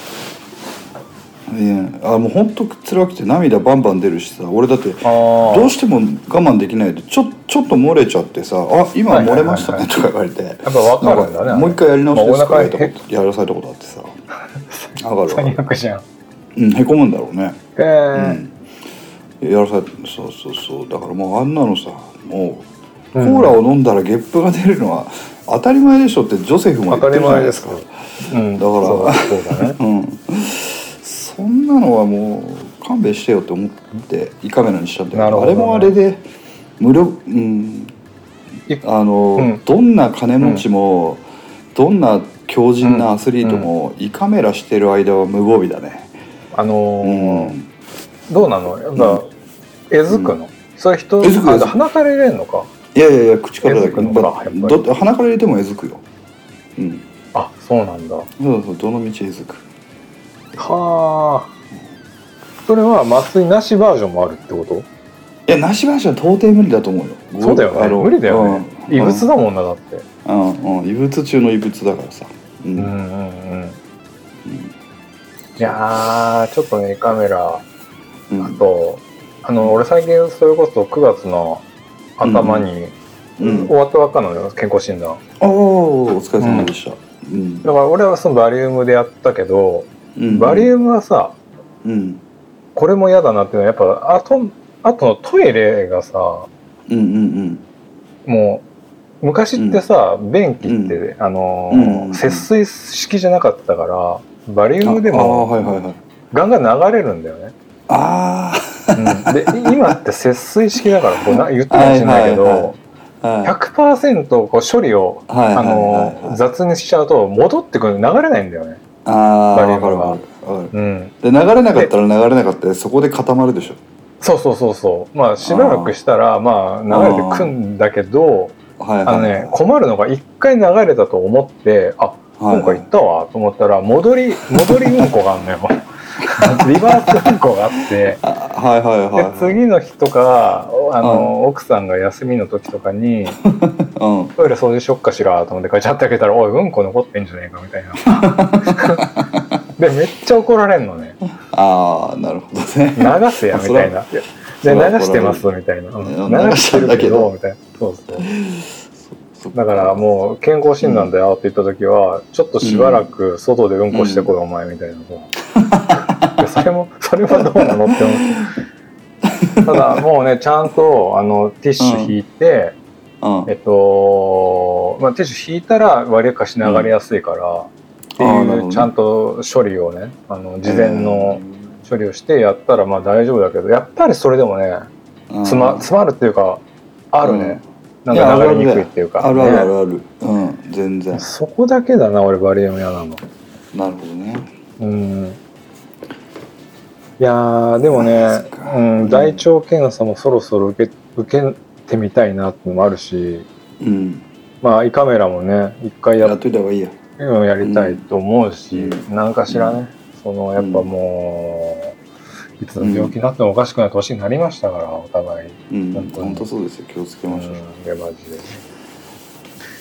[SPEAKER 2] あもう本当辛くて涙バンバン出るしさ俺だって
[SPEAKER 3] ああ
[SPEAKER 2] どうしても我慢できないでちょちょっと漏れちゃってさ「あ今
[SPEAKER 3] はい
[SPEAKER 2] 漏
[SPEAKER 3] はいはいはい
[SPEAKER 2] れましたね」とか言われて、
[SPEAKER 3] ぱ分かるんだ
[SPEAKER 2] な
[SPEAKER 3] ね
[SPEAKER 2] んかもう一回やり直しです
[SPEAKER 3] まあお腹
[SPEAKER 2] とか言われたことやらされたことあって さ上がるわ
[SPEAKER 3] 最悪じゃん
[SPEAKER 2] うんへこむんだろうね
[SPEAKER 3] えー
[SPEAKER 2] うん、やらされそうそうそうだからもうあんなのさもうコ
[SPEAKER 3] うん
[SPEAKER 2] ーラを飲んだらゲップが出るのは当たり前でしょってジョセフも
[SPEAKER 3] 当
[SPEAKER 2] 言って
[SPEAKER 3] たり
[SPEAKER 2] るじゃないで
[SPEAKER 3] 前ですす
[SPEAKER 2] か
[SPEAKER 3] か。うん、
[SPEAKER 2] だから
[SPEAKER 3] そうそうだね。
[SPEAKER 2] うん、そんなのはもう勘弁してよって思って胃カメラにしたんだ
[SPEAKER 3] な
[SPEAKER 2] け
[SPEAKER 3] る
[SPEAKER 2] ど、
[SPEAKER 3] ほ
[SPEAKER 2] あ
[SPEAKER 3] ど
[SPEAKER 2] れ
[SPEAKER 3] ね
[SPEAKER 2] もあれで無料、うん、あの、
[SPEAKER 3] うん
[SPEAKER 2] どんな金持ちも、どんな強靭なアスリートも、胃カメラしてる間は無防備だね。
[SPEAKER 3] あのー
[SPEAKER 2] うん
[SPEAKER 3] どうなのやっぱ、えずくの、それ人、
[SPEAKER 2] えずくえ
[SPEAKER 3] あ
[SPEAKER 2] ずく
[SPEAKER 3] 鼻から入れんのか。
[SPEAKER 2] いやいやいや口からだけ
[SPEAKER 3] えずくのかやっぱり
[SPEAKER 2] どだ鼻から入れてもえずくよ。うん
[SPEAKER 3] あ、そうなんだ。は
[SPEAKER 2] そうそうどの道えずく
[SPEAKER 3] あ。それは麻酔なしバージョンもあるってこと
[SPEAKER 2] いやなしばしは到底無理だと思うよ
[SPEAKER 3] そうだよ
[SPEAKER 2] あ
[SPEAKER 3] ね。
[SPEAKER 2] の
[SPEAKER 3] 無理だよね。
[SPEAKER 2] うん
[SPEAKER 3] 異物だもんな、だって。
[SPEAKER 2] うんうん異物中の異物だからさ、う
[SPEAKER 3] うんんうんうん。いやー、ちょっとね、カメラ、
[SPEAKER 2] うん
[SPEAKER 3] あと、あの、俺最近それこそ9月の頭に、
[SPEAKER 2] うん
[SPEAKER 3] 終わったばっかなのよ、健康診断。
[SPEAKER 2] ああお疲れ様でした、うん
[SPEAKER 3] だから俺はそのバリウムでやったけど、
[SPEAKER 2] うん
[SPEAKER 3] バリ
[SPEAKER 2] ム
[SPEAKER 3] ウムはさ
[SPEAKER 2] うん
[SPEAKER 3] これも嫌だなっていうのはやっぱあとあとのトイレがさ
[SPEAKER 2] うんうん
[SPEAKER 3] もう昔ってさ、便器って、あのー
[SPEAKER 2] うん
[SPEAKER 3] 節水式じゃなかったからバリ
[SPEAKER 2] うん
[SPEAKER 3] ウムで
[SPEAKER 2] ああはい
[SPEAKER 3] も
[SPEAKER 2] はいはい
[SPEAKER 3] ガンガン流れるんだよね、
[SPEAKER 2] あ
[SPEAKER 3] うんで今って節水式だからこうな言ってもしないけど、
[SPEAKER 2] はいはいはいあはい
[SPEAKER 3] 100%こう処理を、
[SPEAKER 2] はい
[SPEAKER 3] あ
[SPEAKER 2] はい
[SPEAKER 3] のー
[SPEAKER 2] はいはい
[SPEAKER 3] 雑にしちゃうと戻ってくる流れないんだよね、
[SPEAKER 2] ああ
[SPEAKER 3] バリウ
[SPEAKER 2] わ
[SPEAKER 3] ムが
[SPEAKER 2] かるわかるわかる
[SPEAKER 3] うん、
[SPEAKER 2] で流れなかったら流れなかったでそこで固まるでしょ
[SPEAKER 3] そうそうそうそうまあしばらくしたらまあ流れてくんだけど
[SPEAKER 2] はいは
[SPEAKER 3] あ
[SPEAKER 2] い
[SPEAKER 3] の
[SPEAKER 2] はい
[SPEAKER 3] ね困るのが一回流れたと思ってあ今
[SPEAKER 2] はい
[SPEAKER 3] 回行ったわと思ったら戻り戻りうんこがあんの よリバースうんこがあって
[SPEAKER 2] あはいはいはい
[SPEAKER 3] で
[SPEAKER 2] はい
[SPEAKER 3] 次の日とかあの奥さんが休みの時とかに
[SPEAKER 2] うん
[SPEAKER 3] トイレ掃除しよっかしらと思ってガチャって開けたら「おいうんこ残ってんじゃねえか」みたいな でめっちゃ怒られんのね
[SPEAKER 2] ああなるほどね
[SPEAKER 3] 流 せやみたいな。で
[SPEAKER 2] そら
[SPEAKER 3] 流してますみたいな。うん
[SPEAKER 2] いや
[SPEAKER 3] 流してるけどみたいな。そうそう。だからもう健康診断だよって言った時は、ちょっとしばらく外でうんこしてこいお前みたいな。 いやそれもそれはどうなのって思って。ただもうねちゃんとあのティッシュ引いて、
[SPEAKER 2] うん
[SPEAKER 3] えっとまあティッシュ引いたら割りかし流れやすいから、って
[SPEAKER 2] あーなるほ
[SPEAKER 3] い
[SPEAKER 2] ど
[SPEAKER 3] う
[SPEAKER 2] ね
[SPEAKER 3] ちゃんと処理をねあの事前の処理をしてやったらまあ大丈夫だけどやっぱりそれでもね
[SPEAKER 2] うん
[SPEAKER 3] つま詰まるっていうかあるね、
[SPEAKER 2] ん
[SPEAKER 3] なんか
[SPEAKER 2] いや
[SPEAKER 3] 流れにくいっていうか
[SPEAKER 2] あるあるあ
[SPEAKER 3] ね
[SPEAKER 2] るあるうん全然
[SPEAKER 3] そこだけだな俺バリウム嫌なの
[SPEAKER 2] なるほどね
[SPEAKER 3] うんいやーでも
[SPEAKER 2] そ
[SPEAKER 3] ね
[SPEAKER 2] っか、
[SPEAKER 3] うん、大腸検査もそろそろ受け受けてみたいなってのもあるし
[SPEAKER 2] うん
[SPEAKER 3] まあ胃カメラもね一回や
[SPEAKER 2] や
[SPEAKER 3] っ
[SPEAKER 2] っといた方がいいや
[SPEAKER 3] うんやりたいと思うし、
[SPEAKER 2] う
[SPEAKER 3] なんかしらね、そのやっぱもういつの病気になってもおかしくない年になりましたからお互い、
[SPEAKER 2] うん
[SPEAKER 3] 本当に
[SPEAKER 2] 本当そうですよ気をつけ
[SPEAKER 3] う
[SPEAKER 2] ま
[SPEAKER 3] ん、
[SPEAKER 2] しょう
[SPEAKER 3] でマジで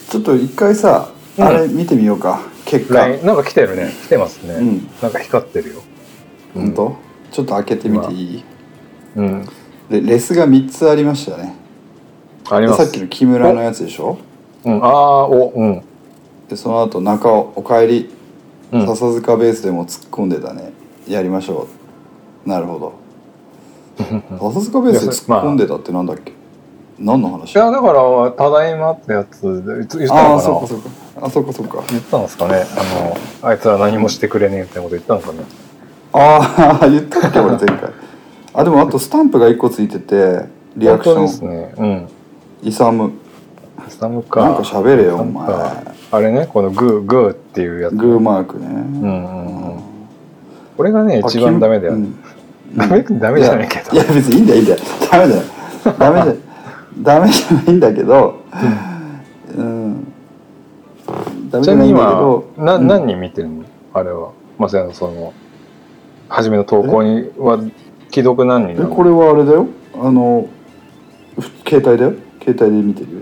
[SPEAKER 2] ちょっと一回さ
[SPEAKER 3] うん
[SPEAKER 2] あれ見てみようか結果
[SPEAKER 3] LINE なんか来てるね来てますね、
[SPEAKER 2] うん
[SPEAKER 3] なんか光ってるよ
[SPEAKER 2] 本当ちょっと開けてみていい
[SPEAKER 3] うん
[SPEAKER 2] でレスが3つありましたね
[SPEAKER 3] あり
[SPEAKER 2] で
[SPEAKER 3] ます
[SPEAKER 2] さっきの木村のやつでしょ
[SPEAKER 3] うん、ああおうん
[SPEAKER 2] でその後中尾「おかえり
[SPEAKER 3] うん
[SPEAKER 2] 笹塚ベースでも突っ込んでたねやりましょう」なるほ ど笹塚ベースで突っ込んでたってなんだっけ何の話
[SPEAKER 3] いやだから「ただいま」ってやついつ言った
[SPEAKER 2] あ
[SPEAKER 3] の
[SPEAKER 2] あ
[SPEAKER 3] か
[SPEAKER 2] そっか
[SPEAKER 3] な
[SPEAKER 2] そっかあそっかそっか
[SPEAKER 3] 言ったんですかねあのあいつら何もしてくれねえってこと言ったんですかね
[SPEAKER 2] ああ 言ったっけ俺前回あでもあとスタンプが1個ついててリアクシ
[SPEAKER 3] 本当で
[SPEAKER 2] ョ
[SPEAKER 3] す
[SPEAKER 2] ン
[SPEAKER 3] ねうん
[SPEAKER 2] 「イサム」
[SPEAKER 3] スタムか
[SPEAKER 2] なんか喋れよお
[SPEAKER 3] スタム
[SPEAKER 2] 前
[SPEAKER 3] かあれねこのグーグーっていうやつ
[SPEAKER 2] グーマークね
[SPEAKER 3] う
[SPEAKER 2] うん
[SPEAKER 3] うんうんこれがね一番ダメだよ、
[SPEAKER 2] う
[SPEAKER 3] ね
[SPEAKER 2] ん
[SPEAKER 3] ダメダメじゃないけど
[SPEAKER 2] いやいや別にいいんだよいいんだよダメだよダメじゃダメじゃないんだけどうんダメ
[SPEAKER 3] ち
[SPEAKER 2] じゃな
[SPEAKER 3] なみに
[SPEAKER 2] いんだけ
[SPEAKER 3] 今
[SPEAKER 2] ど
[SPEAKER 3] な
[SPEAKER 2] うん
[SPEAKER 3] 何人見てるのあれはまさやのその初めの投稿には既読何人
[SPEAKER 2] え
[SPEAKER 3] な
[SPEAKER 2] こ
[SPEAKER 3] の
[SPEAKER 2] れはあれだよあのふ携帯だよ携帯で見てるよ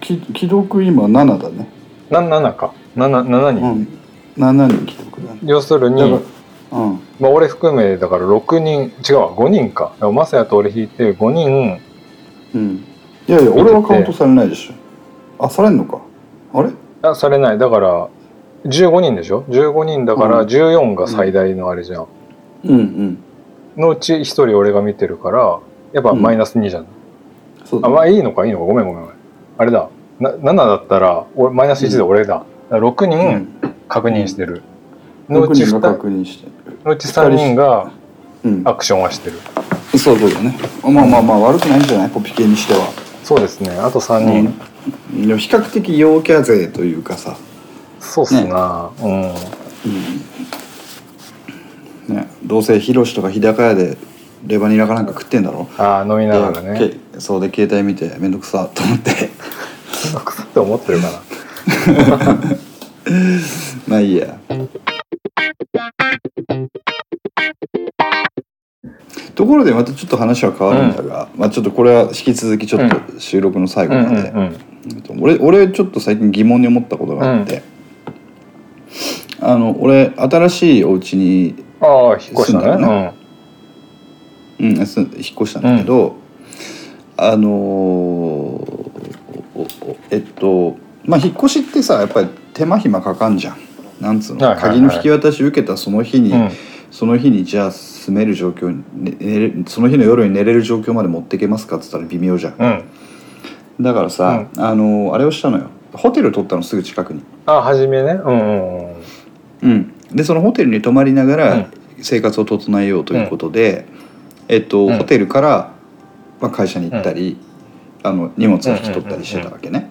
[SPEAKER 2] き既読今7だね、
[SPEAKER 3] な7か7七
[SPEAKER 2] う
[SPEAKER 3] 人、
[SPEAKER 2] ん、7人既読だね
[SPEAKER 3] 要するに、
[SPEAKER 2] だからうん
[SPEAKER 3] まあ、俺含めだから6人違うわ5人かだからマサヤと俺引いて5人
[SPEAKER 2] うんいやいや俺はカウントされないでしょあされんのかあれ
[SPEAKER 3] あされないだから15人でしょ15人だから
[SPEAKER 2] うん
[SPEAKER 3] 14が最大のあれじゃん、
[SPEAKER 2] うんうん
[SPEAKER 3] のうち1人俺が見てるからやっぱマイナス2じゃん、
[SPEAKER 2] そうだ
[SPEAKER 3] あ
[SPEAKER 2] ね
[SPEAKER 3] まあいいのかいいのかごめんごめんごめんあれだな7だったら俺マイナス1で俺だ,、だから6人確認してる、の
[SPEAKER 2] 6
[SPEAKER 3] うち
[SPEAKER 2] 人が
[SPEAKER 3] 2
[SPEAKER 2] 確認して
[SPEAKER 3] のうち3人が
[SPEAKER 2] うん
[SPEAKER 3] アクションはしてる
[SPEAKER 2] そういうことだねまあまあまあ悪くないんじゃないポピ系にしては
[SPEAKER 3] そうですねあと3人、
[SPEAKER 2] うんでも比較的陽キャ勢というかさ、
[SPEAKER 3] そうっすな、
[SPEAKER 2] うんね、どうせヒロシとか日高屋でレバニラかなんか食ってんだろ
[SPEAKER 3] うんああ飲みながらね
[SPEAKER 2] でけそうで携帯見てめんどくさと思って
[SPEAKER 3] そんなことって思ってるかな
[SPEAKER 2] まあいいやところでまたちょっと話は変わるんだが、まあちょっとこれは引き続きちょっと収録の最後
[SPEAKER 3] うん
[SPEAKER 2] まで、
[SPEAKER 3] うんうん
[SPEAKER 2] 俺俺ちょっと最近疑問に思ったことがあって、あの俺新しいお家に、
[SPEAKER 3] ああ引っ越した
[SPEAKER 2] 住んだ
[SPEAKER 3] ね
[SPEAKER 2] うん、す引っ越したんだけど、あのーおおおえっとまあ引っ越しってさやっぱり手間暇かかんじゃん。なんつうの、
[SPEAKER 3] はいはいはい
[SPEAKER 2] 鍵の引き渡し受けたその日に、
[SPEAKER 3] うん、うん、
[SPEAKER 2] その日にじゃあ住める状況に、ね寝れその日の夜に寝れる状況まで持っていけますかっつったら微妙じゃん。
[SPEAKER 3] うん、
[SPEAKER 2] だからさ、あのーあれをしたのよホテル取ったのすぐ近くに。
[SPEAKER 3] ああ初めねうんうんうん
[SPEAKER 2] うん、でそのホテルに泊まりなが
[SPEAKER 3] う
[SPEAKER 2] ら
[SPEAKER 3] ん
[SPEAKER 2] 生活を整えようということで、えっと
[SPEAKER 3] うん
[SPEAKER 2] ホテルから、まあ、会社に行ったり、あの荷物を引き取ったりしてたわけね。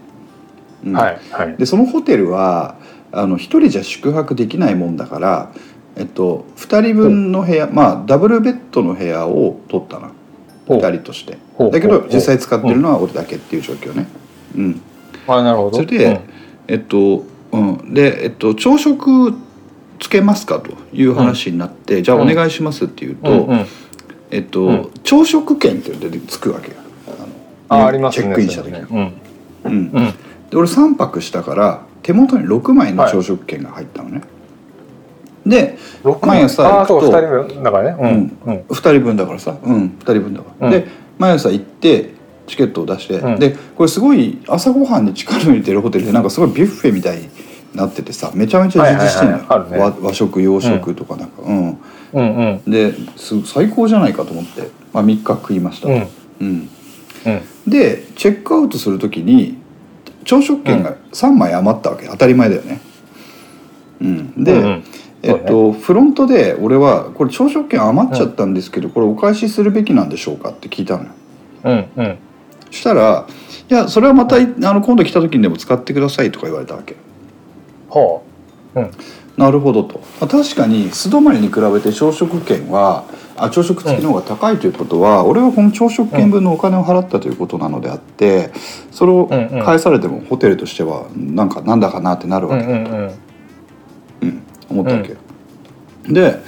[SPEAKER 2] うん
[SPEAKER 3] はいはい
[SPEAKER 2] でそのホテルはあの1人じゃ宿泊できないもんだから、えっと、2人分の部屋、まあダブルベッドの部屋を取ったな
[SPEAKER 3] ほう
[SPEAKER 2] 2人として
[SPEAKER 3] ほう
[SPEAKER 2] だけ
[SPEAKER 3] ほ
[SPEAKER 2] ど
[SPEAKER 3] う
[SPEAKER 2] 実際使ってるのは俺だけっていう状況ね。うん、
[SPEAKER 3] あなるほど
[SPEAKER 2] それで、えっと、うん、で、えっと、朝食つけますかという話になって、じゃあ
[SPEAKER 3] う
[SPEAKER 2] お
[SPEAKER 3] ん
[SPEAKER 2] 願いしますって言う
[SPEAKER 3] う
[SPEAKER 2] と、
[SPEAKER 3] んうんうん、
[SPEAKER 2] えっと、
[SPEAKER 3] うん
[SPEAKER 2] 朝食券っていうのでつくわけよ。
[SPEAKER 3] あありますね
[SPEAKER 2] チェックインした時、
[SPEAKER 3] それね
[SPEAKER 2] うんで
[SPEAKER 3] うんうん
[SPEAKER 2] 俺3泊したから手元に6枚の朝食券が入ったのね、で
[SPEAKER 3] 六
[SPEAKER 2] 毎朝行
[SPEAKER 3] あ
[SPEAKER 2] く
[SPEAKER 3] あ
[SPEAKER 2] と
[SPEAKER 3] そう二人分だからねうんうん
[SPEAKER 2] 2人分だからさうん2人分だから、
[SPEAKER 3] うん
[SPEAKER 2] で毎朝行ってチケットを出して、
[SPEAKER 3] うん
[SPEAKER 2] でこれすごい朝ごはんに力を入れてるホテルでなんかすごいビュッフェみたいになっててさめちゃめちゃ充実してるのよ、
[SPEAKER 3] はいはいはいあるね
[SPEAKER 2] 和和食洋食とかなんかうん、
[SPEAKER 3] うんうん
[SPEAKER 2] です最高じゃないかと思って、まあ、3日食いました、
[SPEAKER 3] うん
[SPEAKER 2] うん
[SPEAKER 3] うん
[SPEAKER 2] でチェックアウトするときに朝食券が3枚余ったわけ当たり前だよね、うん、で、
[SPEAKER 3] うんうん
[SPEAKER 2] えっと、フロントで俺はこれ朝食券余っちゃったんですけど、これお返しするべきなんでしょうかって聞いたのよ
[SPEAKER 3] うんうん
[SPEAKER 2] そしたら「いやそれはまたあの今度来た時にでも使ってください」とか言われたわけ
[SPEAKER 3] ほ
[SPEAKER 2] なるほどとまあ確かに素泊まりに比べて朝食券はあ朝食付きの方が高いということは、俺はこの朝食券分のお金を払ったということなのであってそれを
[SPEAKER 3] うんうん
[SPEAKER 2] 返されてもホテルとしてはなんかなんだかなってなる
[SPEAKER 3] うう
[SPEAKER 2] わけ、
[SPEAKER 3] んうんうん
[SPEAKER 2] うん思ったわけよ、で
[SPEAKER 3] うん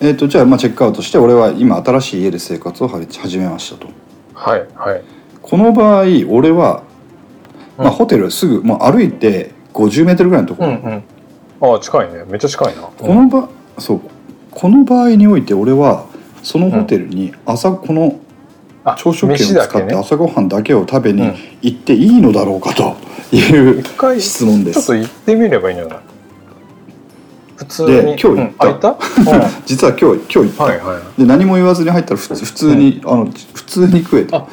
[SPEAKER 2] えー、とじゃあまあチェックアウトして俺は今新しい家で生活を始めましたと
[SPEAKER 3] はいはい
[SPEAKER 2] この場合俺は、ま
[SPEAKER 3] う
[SPEAKER 2] あ、
[SPEAKER 3] ん
[SPEAKER 2] ホテルすぐ、もう歩いて5 0ルぐらいのとこ
[SPEAKER 3] う
[SPEAKER 2] ろ、
[SPEAKER 3] んうんああ近いねめっちゃ近いな
[SPEAKER 2] この場そうこの場合において俺はそのホテルに朝、この
[SPEAKER 3] あ
[SPEAKER 2] 朝食券
[SPEAKER 3] 飯
[SPEAKER 2] を
[SPEAKER 3] だ
[SPEAKER 2] 使
[SPEAKER 3] け
[SPEAKER 2] って
[SPEAKER 3] ね
[SPEAKER 2] 朝ごはんだけを食べ
[SPEAKER 3] う
[SPEAKER 2] に
[SPEAKER 3] ん
[SPEAKER 2] 行っていいのだろうかという
[SPEAKER 3] 一回
[SPEAKER 2] 質問で
[SPEAKER 3] ちょっと
[SPEAKER 2] す
[SPEAKER 3] 行ってみればいいんじゃない普通に
[SPEAKER 2] で今日行
[SPEAKER 3] う
[SPEAKER 2] っ
[SPEAKER 3] ん
[SPEAKER 2] た
[SPEAKER 3] あ行 った、
[SPEAKER 2] 実は今日今日行った、
[SPEAKER 3] はいはい
[SPEAKER 2] で何も言わずに入ったら普通普通に、あの普通に食えて
[SPEAKER 3] あ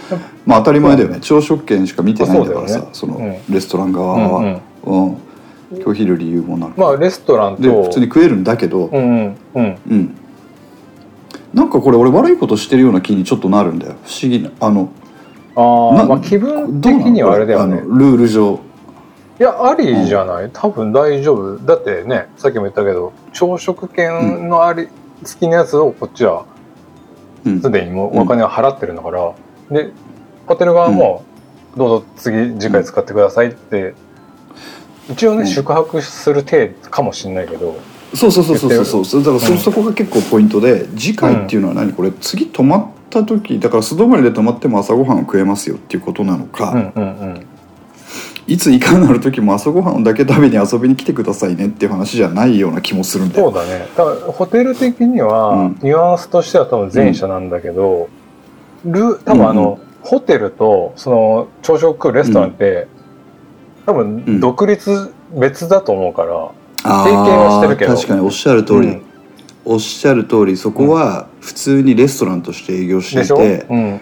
[SPEAKER 2] まあ当たり前だよね朝食券しか見てないんだからさそ,、
[SPEAKER 3] そうだよね
[SPEAKER 2] のレストラン側は、
[SPEAKER 3] うん
[SPEAKER 2] うん拒否る理由もなく、
[SPEAKER 3] まあレストランと
[SPEAKER 2] で普通に食えるんだけど、
[SPEAKER 3] うんうんうん
[SPEAKER 2] うんなんかこれ俺悪いことしてるような気にちょっとなるんだよ不思議なあの
[SPEAKER 3] あ
[SPEAKER 2] な
[SPEAKER 3] あまあ気分的
[SPEAKER 2] どうなの
[SPEAKER 3] にはあれだよ
[SPEAKER 2] こ
[SPEAKER 3] ね
[SPEAKER 2] あのルール上
[SPEAKER 3] いやありじゃない多分大丈夫だってねさっきも言ったけど朝食券のあり、好きなやつをこっちは
[SPEAKER 2] うん
[SPEAKER 3] すでにもうお金を払ってるんだから、でホテル側もどうぞ次次回使ってくださいって一応ね、
[SPEAKER 2] うん
[SPEAKER 3] 宿泊する体かもしれないけど
[SPEAKER 2] そうそうそうそうそうそうだからそ,、
[SPEAKER 3] うん
[SPEAKER 2] そこが結構ポイントで次回っていうのは何これ次泊まった時だから素泊まりで泊まっても朝ごはんを食えますよっていうことなのか、
[SPEAKER 3] うんうんうん
[SPEAKER 2] いついかなる時も朝ごはんだけ食べに遊びに来てくださいねっていう話じゃないような気もするんだ
[SPEAKER 3] そ
[SPEAKER 2] よ
[SPEAKER 3] うだね。多分ホテル的には、
[SPEAKER 2] うん
[SPEAKER 3] ニュアンスとしては多分前者なんだけど、ル多分あの、ホテルとその朝食食うレストランって、多
[SPEAKER 2] うん
[SPEAKER 3] 分独立別だと思うから、
[SPEAKER 2] あ
[SPEAKER 3] 提
[SPEAKER 2] ー
[SPEAKER 3] 携はしてるけど
[SPEAKER 2] 確かにおっしゃる通り、
[SPEAKER 3] うん
[SPEAKER 2] おっしゃる通りそこは普通にレストランとして営業して
[SPEAKER 3] で
[SPEAKER 2] い
[SPEAKER 3] しょ、
[SPEAKER 2] て、
[SPEAKER 3] うん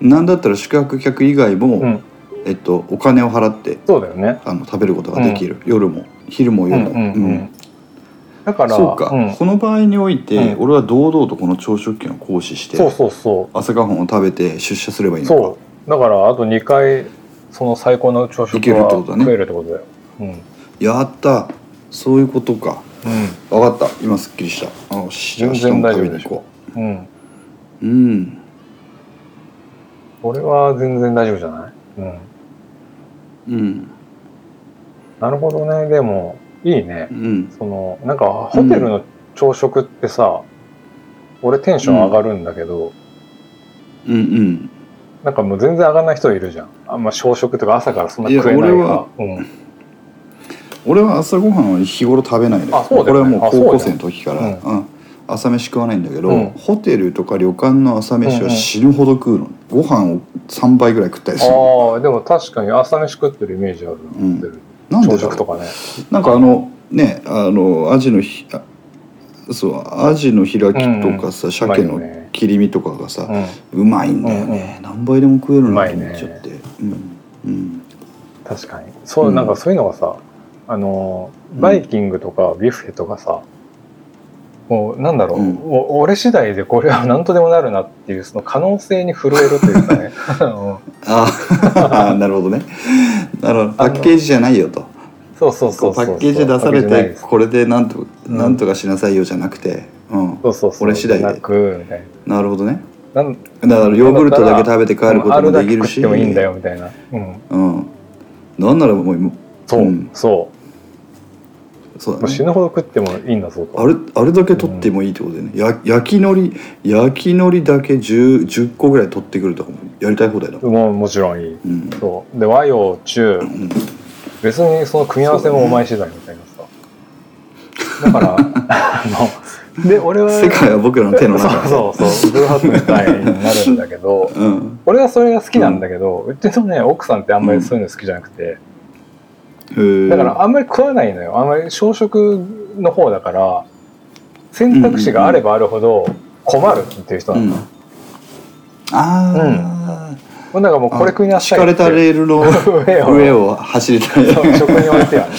[SPEAKER 2] なんだったら宿泊客以外も、
[SPEAKER 3] うん、
[SPEAKER 2] えっと、お金を払って
[SPEAKER 3] そうだよね。
[SPEAKER 2] あの食べることができる、夜も昼も
[SPEAKER 3] う
[SPEAKER 2] 夜
[SPEAKER 3] ん
[SPEAKER 2] も、
[SPEAKER 3] うんう
[SPEAKER 2] うん
[SPEAKER 3] ん。だから、
[SPEAKER 2] そうか、
[SPEAKER 3] うん
[SPEAKER 2] この場合において、
[SPEAKER 3] うん
[SPEAKER 2] 俺は堂々とこの朝食券を行使して
[SPEAKER 3] そうそうそ。
[SPEAKER 2] 朝ごはんを食べて出社すればいういのか
[SPEAKER 3] そう。だから、あと2回、その最高の朝食
[SPEAKER 2] いけるっ
[SPEAKER 3] は
[SPEAKER 2] てことだね
[SPEAKER 3] 食えるってことだよ。うん。うん。
[SPEAKER 2] やったそういうことかわかった今すっきりしたあよしじゃあ
[SPEAKER 3] 全然
[SPEAKER 2] 明日も
[SPEAKER 3] 大丈夫
[SPEAKER 2] 食べに行こ
[SPEAKER 3] うん。
[SPEAKER 2] ううん
[SPEAKER 3] 俺は全然大丈夫じゃないうん。
[SPEAKER 2] うん
[SPEAKER 3] なるほどね。でも、いいね
[SPEAKER 2] う。ん
[SPEAKER 3] その、なんか、ホテルの朝食ってさ、俺テンション上がるんだけど、
[SPEAKER 2] うんうん
[SPEAKER 3] なんかもう全然上がんない人いるじゃん。あんま朝食とか朝からそんない
[SPEAKER 2] や
[SPEAKER 3] 食えない
[SPEAKER 2] 俺は
[SPEAKER 3] が。うん。
[SPEAKER 2] 俺は朝ごはんは日頃食べないで
[SPEAKER 3] あそう
[SPEAKER 2] こ
[SPEAKER 3] だ
[SPEAKER 2] れ
[SPEAKER 3] よ
[SPEAKER 2] は
[SPEAKER 3] ね
[SPEAKER 2] もう高校生の時から、
[SPEAKER 3] あそううん
[SPEAKER 2] 朝飯食わないんだけど、
[SPEAKER 3] うん
[SPEAKER 2] ホテルとか旅館の朝飯は死ぬほど食うの、ご飯を3倍ぐらい食ったりする
[SPEAKER 3] ああ、でも確かに朝飯食ってるイメージあるな、
[SPEAKER 2] うん
[SPEAKER 3] ホテル
[SPEAKER 2] なんで
[SPEAKER 3] 朝
[SPEAKER 2] だ
[SPEAKER 3] 食
[SPEAKER 2] ろ
[SPEAKER 3] とかね。
[SPEAKER 2] うなんかあのねあのアジのひあそうアジの開きとかさ、鮭
[SPEAKER 3] うまいよ
[SPEAKER 2] の
[SPEAKER 3] ね
[SPEAKER 2] 切り身とかがさ、
[SPEAKER 3] うん。
[SPEAKER 2] うまいんだよね、何倍でも食えるなと思っちゃってう,、ん
[SPEAKER 3] 確かに。そう、
[SPEAKER 2] うん
[SPEAKER 3] なんかそういうのがさ、あのー、
[SPEAKER 2] うん
[SPEAKER 3] バイキングとかビュッフェとかさ、もうなんだろう、
[SPEAKER 2] うん
[SPEAKER 3] お俺次第でこれは何とでもなるなっていう、その可能性に震えるという かね。うん
[SPEAKER 2] ああ なるほどねなるほどパ
[SPEAKER 3] あの
[SPEAKER 2] ッケージじゃないよと
[SPEAKER 3] そうそうそう
[SPEAKER 2] パ
[SPEAKER 3] そう。
[SPEAKER 2] ッケージで出され
[SPEAKER 3] パッケージないで
[SPEAKER 2] て
[SPEAKER 3] す
[SPEAKER 2] これでなんと
[SPEAKER 3] うん
[SPEAKER 2] なんとかしなさいよじゃなくて、うん、
[SPEAKER 3] そうそうそう。
[SPEAKER 2] 俺次第で
[SPEAKER 3] なく、みたい
[SPEAKER 2] なるほどね
[SPEAKER 3] な。なん
[SPEAKER 2] だからヨーグルトだけ食べて帰ることもできるし
[SPEAKER 3] あだけ食ってもいいんだよ、みたいな。うん。
[SPEAKER 2] うん、なんならもう今
[SPEAKER 3] そう、
[SPEAKER 2] うん
[SPEAKER 3] そう。
[SPEAKER 2] そう
[SPEAKER 3] も
[SPEAKER 2] だ
[SPEAKER 3] う死
[SPEAKER 2] ね
[SPEAKER 3] ぬほど食ってもいいんだぞと。
[SPEAKER 2] あれあれだけ取ってもいいってことだよね、や焼き海苔焼き海苔だけ 10, 10個ぐらい取ってくるとかもやりたい放題だもん、
[SPEAKER 3] もうもちろんいい。
[SPEAKER 2] うん
[SPEAKER 3] そう。で、和洋中、
[SPEAKER 2] うん、
[SPEAKER 3] 別にその組み合わせもお前次第みたいなさ。だから、あの、で、俺は、
[SPEAKER 2] 世界は僕らの手の中
[SPEAKER 3] そうそうそう、ブルーハーツみたいになるんだけど、
[SPEAKER 2] うん
[SPEAKER 3] 俺はそれが好きなんだけど、うちのね、奥さんってあんまりそういうの好きじゃなくて、
[SPEAKER 2] へー
[SPEAKER 3] だからあんまり食わないのよ。あんまり小食の方だから、選択肢があればあるほど困るっていう人な
[SPEAKER 2] うん
[SPEAKER 3] の。
[SPEAKER 2] あ
[SPEAKER 3] もうなんかもう
[SPEAKER 2] あ
[SPEAKER 3] これ食いな
[SPEAKER 2] 敷
[SPEAKER 3] さい
[SPEAKER 2] かれた
[SPEAKER 3] って
[SPEAKER 2] レール の
[SPEAKER 3] 上を
[SPEAKER 2] 上を走りたい
[SPEAKER 3] そう食に置いてはね。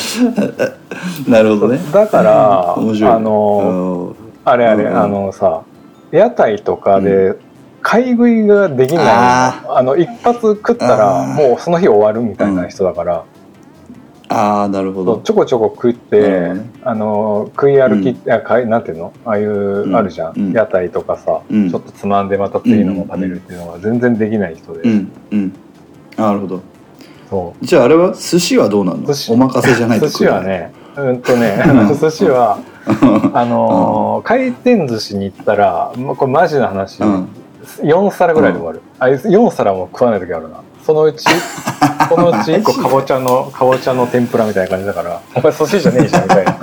[SPEAKER 2] なるほどね
[SPEAKER 3] だから、
[SPEAKER 2] 面白いね
[SPEAKER 3] あの、あれあれ、
[SPEAKER 2] うんうん
[SPEAKER 3] あのさ屋台とかで買い食いができない、
[SPEAKER 2] あ
[SPEAKER 3] あの一発食ったら
[SPEAKER 2] あー
[SPEAKER 3] もうその日終わるみたいな人だから、
[SPEAKER 2] ああなるほ
[SPEAKER 3] そう
[SPEAKER 2] ど
[SPEAKER 3] ちょこちょこ食っ
[SPEAKER 2] なる
[SPEAKER 3] て、
[SPEAKER 2] ほどね
[SPEAKER 3] あの食い歩き、あ買いなんていうのああいう、
[SPEAKER 2] ん
[SPEAKER 3] あるじゃん、
[SPEAKER 2] うん
[SPEAKER 3] 屋台とかさ、
[SPEAKER 2] うん
[SPEAKER 3] ちょっとつまんでまた次のも食べるっていうのが全然できない人で、
[SPEAKER 2] うんうんなるほど
[SPEAKER 3] そ
[SPEAKER 2] じゃああれは寿司はどうなの
[SPEAKER 3] 寿司
[SPEAKER 2] お任せじゃな
[SPEAKER 3] う
[SPEAKER 2] いと
[SPEAKER 3] 寿司
[SPEAKER 2] 食え
[SPEAKER 3] は
[SPEAKER 2] ない
[SPEAKER 3] ねうんと ね
[SPEAKER 2] うん
[SPEAKER 3] 寿司はあのー回転寿司に行ったらまあこれマジな話、
[SPEAKER 2] うん
[SPEAKER 3] 4皿ぐらいで終わる、あれ4皿も食わない時あるなそのう ちそのうち1個かぼちゃのかぼちゃの天ぷらみたいな感じだからお前寿司じゃねえじゃんみたいな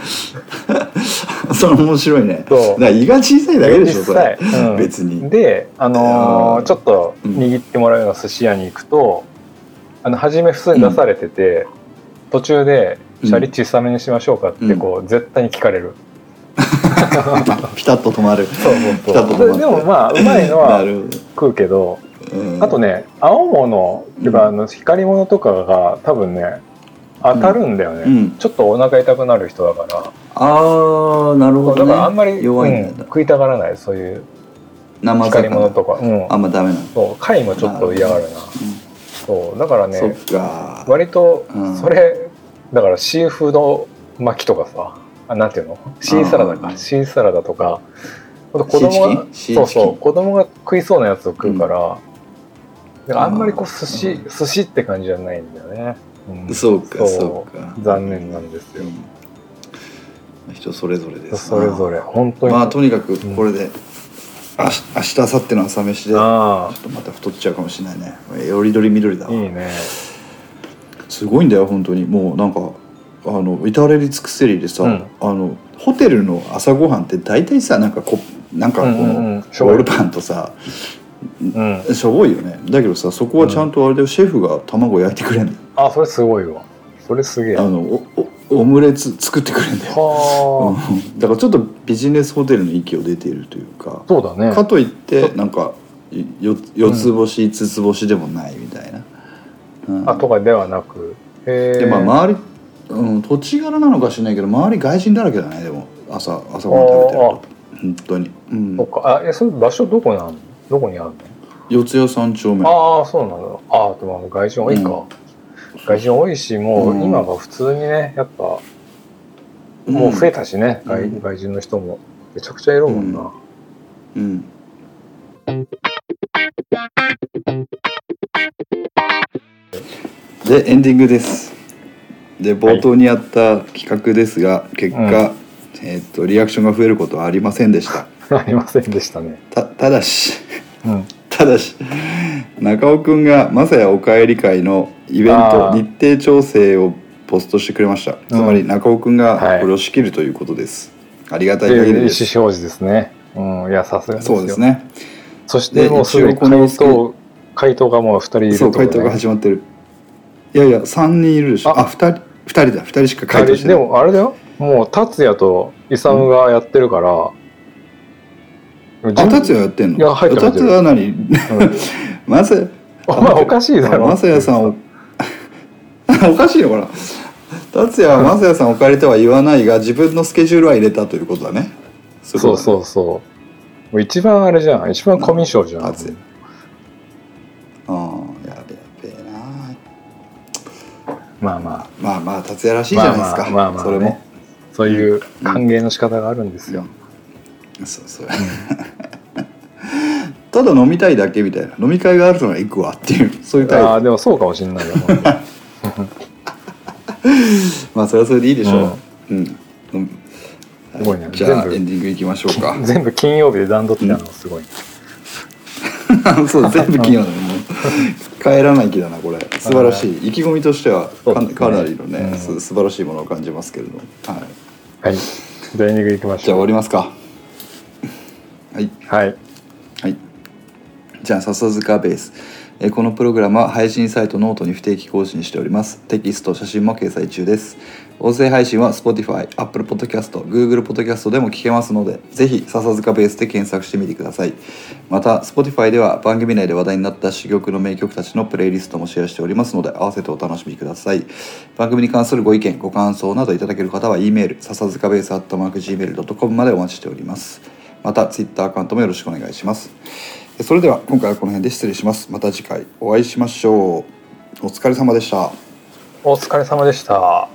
[SPEAKER 2] それ面白いねだ
[SPEAKER 3] そ
[SPEAKER 2] から胃が小さいだけでしょ
[SPEAKER 3] 実
[SPEAKER 2] それ
[SPEAKER 3] 際、うん
[SPEAKER 2] 別に
[SPEAKER 3] であのー
[SPEAKER 2] うん
[SPEAKER 3] ちょっと握ってもらうような寿司屋に行くとあの初め普通に出されてて、途中で「シャリ小さめにしましょうか」ってこう、絶対に聞かれる
[SPEAKER 2] ピタッと止まる
[SPEAKER 3] そう
[SPEAKER 2] ピタッ
[SPEAKER 3] そう
[SPEAKER 2] と
[SPEAKER 3] そう
[SPEAKER 2] 止ま
[SPEAKER 3] ででもまあうまいの
[SPEAKER 2] な
[SPEAKER 3] は
[SPEAKER 2] る
[SPEAKER 3] 食うけど
[SPEAKER 2] ほどうん
[SPEAKER 3] あとね、青物っていうか、あの光物とかが多分ね、当たるんだよね。
[SPEAKER 2] うん
[SPEAKER 3] ちょっとお腹痛くなる人だから、
[SPEAKER 2] ああなるほ
[SPEAKER 3] だ
[SPEAKER 2] ど
[SPEAKER 3] からあん
[SPEAKER 2] ね
[SPEAKER 3] まり、
[SPEAKER 2] 弱いんだ
[SPEAKER 3] うん食いたがらない、そういう
[SPEAKER 2] 生
[SPEAKER 3] 光物と
[SPEAKER 2] 魚
[SPEAKER 3] か。うん
[SPEAKER 2] あんまダメなの
[SPEAKER 3] そう貝もちょっと嫌がるな。そうだから
[SPEAKER 2] そっ
[SPEAKER 3] ね、
[SPEAKER 2] か
[SPEAKER 3] 割と
[SPEAKER 2] うん
[SPEAKER 3] それ、だからシーフード巻きとかさ、あなんていうのシーサラダ
[SPEAKER 2] あー
[SPEAKER 3] か、シーサラダとか、ほんと子供が、
[SPEAKER 2] シーチキンシーチキ
[SPEAKER 3] そ
[SPEAKER 2] ン
[SPEAKER 3] うそう、子供が食いそうなやつを食うから、だからあんまりこう寿司、
[SPEAKER 2] うん
[SPEAKER 3] 寿司って感じじゃないんだよね。うん
[SPEAKER 2] そうか
[SPEAKER 3] そ
[SPEAKER 2] そうか
[SPEAKER 3] う残念なんですよ。
[SPEAKER 2] うん人それぞれです
[SPEAKER 3] それぞれ、本当に。
[SPEAKER 2] まあとにかくこれで、あし明日明後日の朝飯でちょ
[SPEAKER 3] あ
[SPEAKER 2] っとまた太っちゃうかもしれないねよりどり緑だ
[SPEAKER 3] あ
[SPEAKER 2] わ
[SPEAKER 3] いいね。
[SPEAKER 2] すごいんだよ本当にもうなんかあの至れり尽くせりでさ、
[SPEAKER 3] うん
[SPEAKER 2] あのホテルの朝ごはんって大体さなんかこなんかこの、
[SPEAKER 3] うんうんうんしょぼい
[SPEAKER 2] ロールパンとさ
[SPEAKER 3] うん
[SPEAKER 2] しょぼいよねだけどさそこはちゃんとあれでシェフが卵焼いてくれんだよ、
[SPEAKER 3] あそれすごいわそれすげえ
[SPEAKER 2] あのおおオムレツ作ってくれんだよ、
[SPEAKER 3] はあ、
[SPEAKER 2] うんだからちょっとビジネスホテルの域を出ているというか、
[SPEAKER 3] そうだね
[SPEAKER 2] かといってなんかよ四つ星五つ星でもないみたいな、うん
[SPEAKER 3] あとかではなくへえ
[SPEAKER 2] でまあ周り、うん、土地柄なのかしらないけど周り外人だらけだねでも朝朝ごはん食べてると本当に、うん
[SPEAKER 3] そっ、かあえそれ場所どこなのどこにあるの
[SPEAKER 2] 四谷三丁目
[SPEAKER 3] ああそうなのああでも外人多いか、
[SPEAKER 2] うん
[SPEAKER 3] 外人多いしも
[SPEAKER 2] うん
[SPEAKER 3] う今が普通にねやっぱ
[SPEAKER 2] ん
[SPEAKER 3] もう増えたしね、外
[SPEAKER 2] うん
[SPEAKER 3] 外人の人もめちゃくちゃいるもんな、
[SPEAKER 2] うんうんでエンディングですで冒頭にやった企画ですが、結果、えー、とリアクションが増えることはありませんでした
[SPEAKER 3] ありませんでしたね
[SPEAKER 2] たただし
[SPEAKER 3] うん
[SPEAKER 2] ただし中尾くんが「まさやおかえり会」のイベント
[SPEAKER 3] あー
[SPEAKER 2] 日程調整をポストしてくれましたつまり中尾くん
[SPEAKER 3] は
[SPEAKER 2] が
[SPEAKER 3] い
[SPEAKER 2] これを仕切るということです、ありがたい
[SPEAKER 3] で意
[SPEAKER 2] 限り
[SPEAKER 3] 思
[SPEAKER 2] で
[SPEAKER 3] 表
[SPEAKER 2] す
[SPEAKER 3] 示ですねうんいやさすがですよ
[SPEAKER 2] そうですね
[SPEAKER 3] そしてもうす
[SPEAKER 2] で
[SPEAKER 3] で
[SPEAKER 2] 一
[SPEAKER 3] に
[SPEAKER 2] 応この
[SPEAKER 3] 回答回答がもう2人いる
[SPEAKER 2] そう
[SPEAKER 3] と
[SPEAKER 2] 回答が始まってるいやいや3人いるでしょ
[SPEAKER 3] あ
[SPEAKER 2] あ二2人2人だ2人しか回答してな
[SPEAKER 3] で
[SPEAKER 2] い
[SPEAKER 3] もあれだよもう達也と勇がやってるから、うん、
[SPEAKER 2] あ達也やってんの
[SPEAKER 3] いや入ってる入って
[SPEAKER 2] 達也
[SPEAKER 3] る
[SPEAKER 2] は何 まさや
[SPEAKER 3] お前おかしいだろ
[SPEAKER 2] まさやさんを おかしいのかな達也はまさやさんを借りては言わないが自分のスケジュールは入れたということだね
[SPEAKER 3] そうそうそうもう一番あれじゃん一番コミュ障じ
[SPEAKER 2] う
[SPEAKER 3] ゃ
[SPEAKER 2] こ
[SPEAKER 3] ん
[SPEAKER 2] とだね達也うんやべやべえな
[SPEAKER 3] まあまあ
[SPEAKER 2] まあまあ達也らしいじゃないですか、
[SPEAKER 3] まあまあまあまあね
[SPEAKER 2] それも
[SPEAKER 3] そういう歓迎の仕方があるんですよ、
[SPEAKER 2] そうそう ただ飲みたいだけみたいな飲み会があるなら行くわっていうそういう
[SPEAKER 3] あ
[SPEAKER 2] タイ
[SPEAKER 3] あでもそうかもしれない よ本当に
[SPEAKER 2] プまあそれはそれでいいでしょううん、うん
[SPEAKER 3] すごいね
[SPEAKER 2] じゃあエン
[SPEAKER 3] 全
[SPEAKER 2] ディングいきましょうか
[SPEAKER 3] 部全部金曜日で段取ってたのがすごい、
[SPEAKER 2] そう全部金曜なのもう帰らない気だなこれ素晴らしい意気込みとしては
[SPEAKER 3] そう
[SPEAKER 2] か,、
[SPEAKER 3] ですね
[SPEAKER 2] かなりのね、
[SPEAKER 3] うん
[SPEAKER 2] す素晴らしいものを感じますけれども、はい、
[SPEAKER 3] はいじゃあエンディングいきま
[SPEAKER 2] じ
[SPEAKER 3] し
[SPEAKER 2] ゃあ終
[SPEAKER 3] ょ
[SPEAKER 2] わ
[SPEAKER 3] う
[SPEAKER 2] りますかはい
[SPEAKER 3] はい
[SPEAKER 2] はいじゃあ笹塚ベースえーこのプログラムは配信サイトノートに不定期更新しておりますテキスト写真も掲載中です音声配信は Spotify、Apple Podcast、Google Podcast でも聞けますのでぜひ笹塚ベースで検索してみてくださいまた Spotify では番組内で話題になった珠玉の名曲たちのプレイリストもシェアしておりますので合わせてお楽しみください番組に関するご意見ご感想などいただける方は E メール笹塚ベース @gmail.com までお待ちしておりますまた Twitter アカウントもよろしくお願いしますそれでは今回はこの辺で失礼しますまた次回お会いしましょうお疲れ様でした
[SPEAKER 3] お疲れ様でした。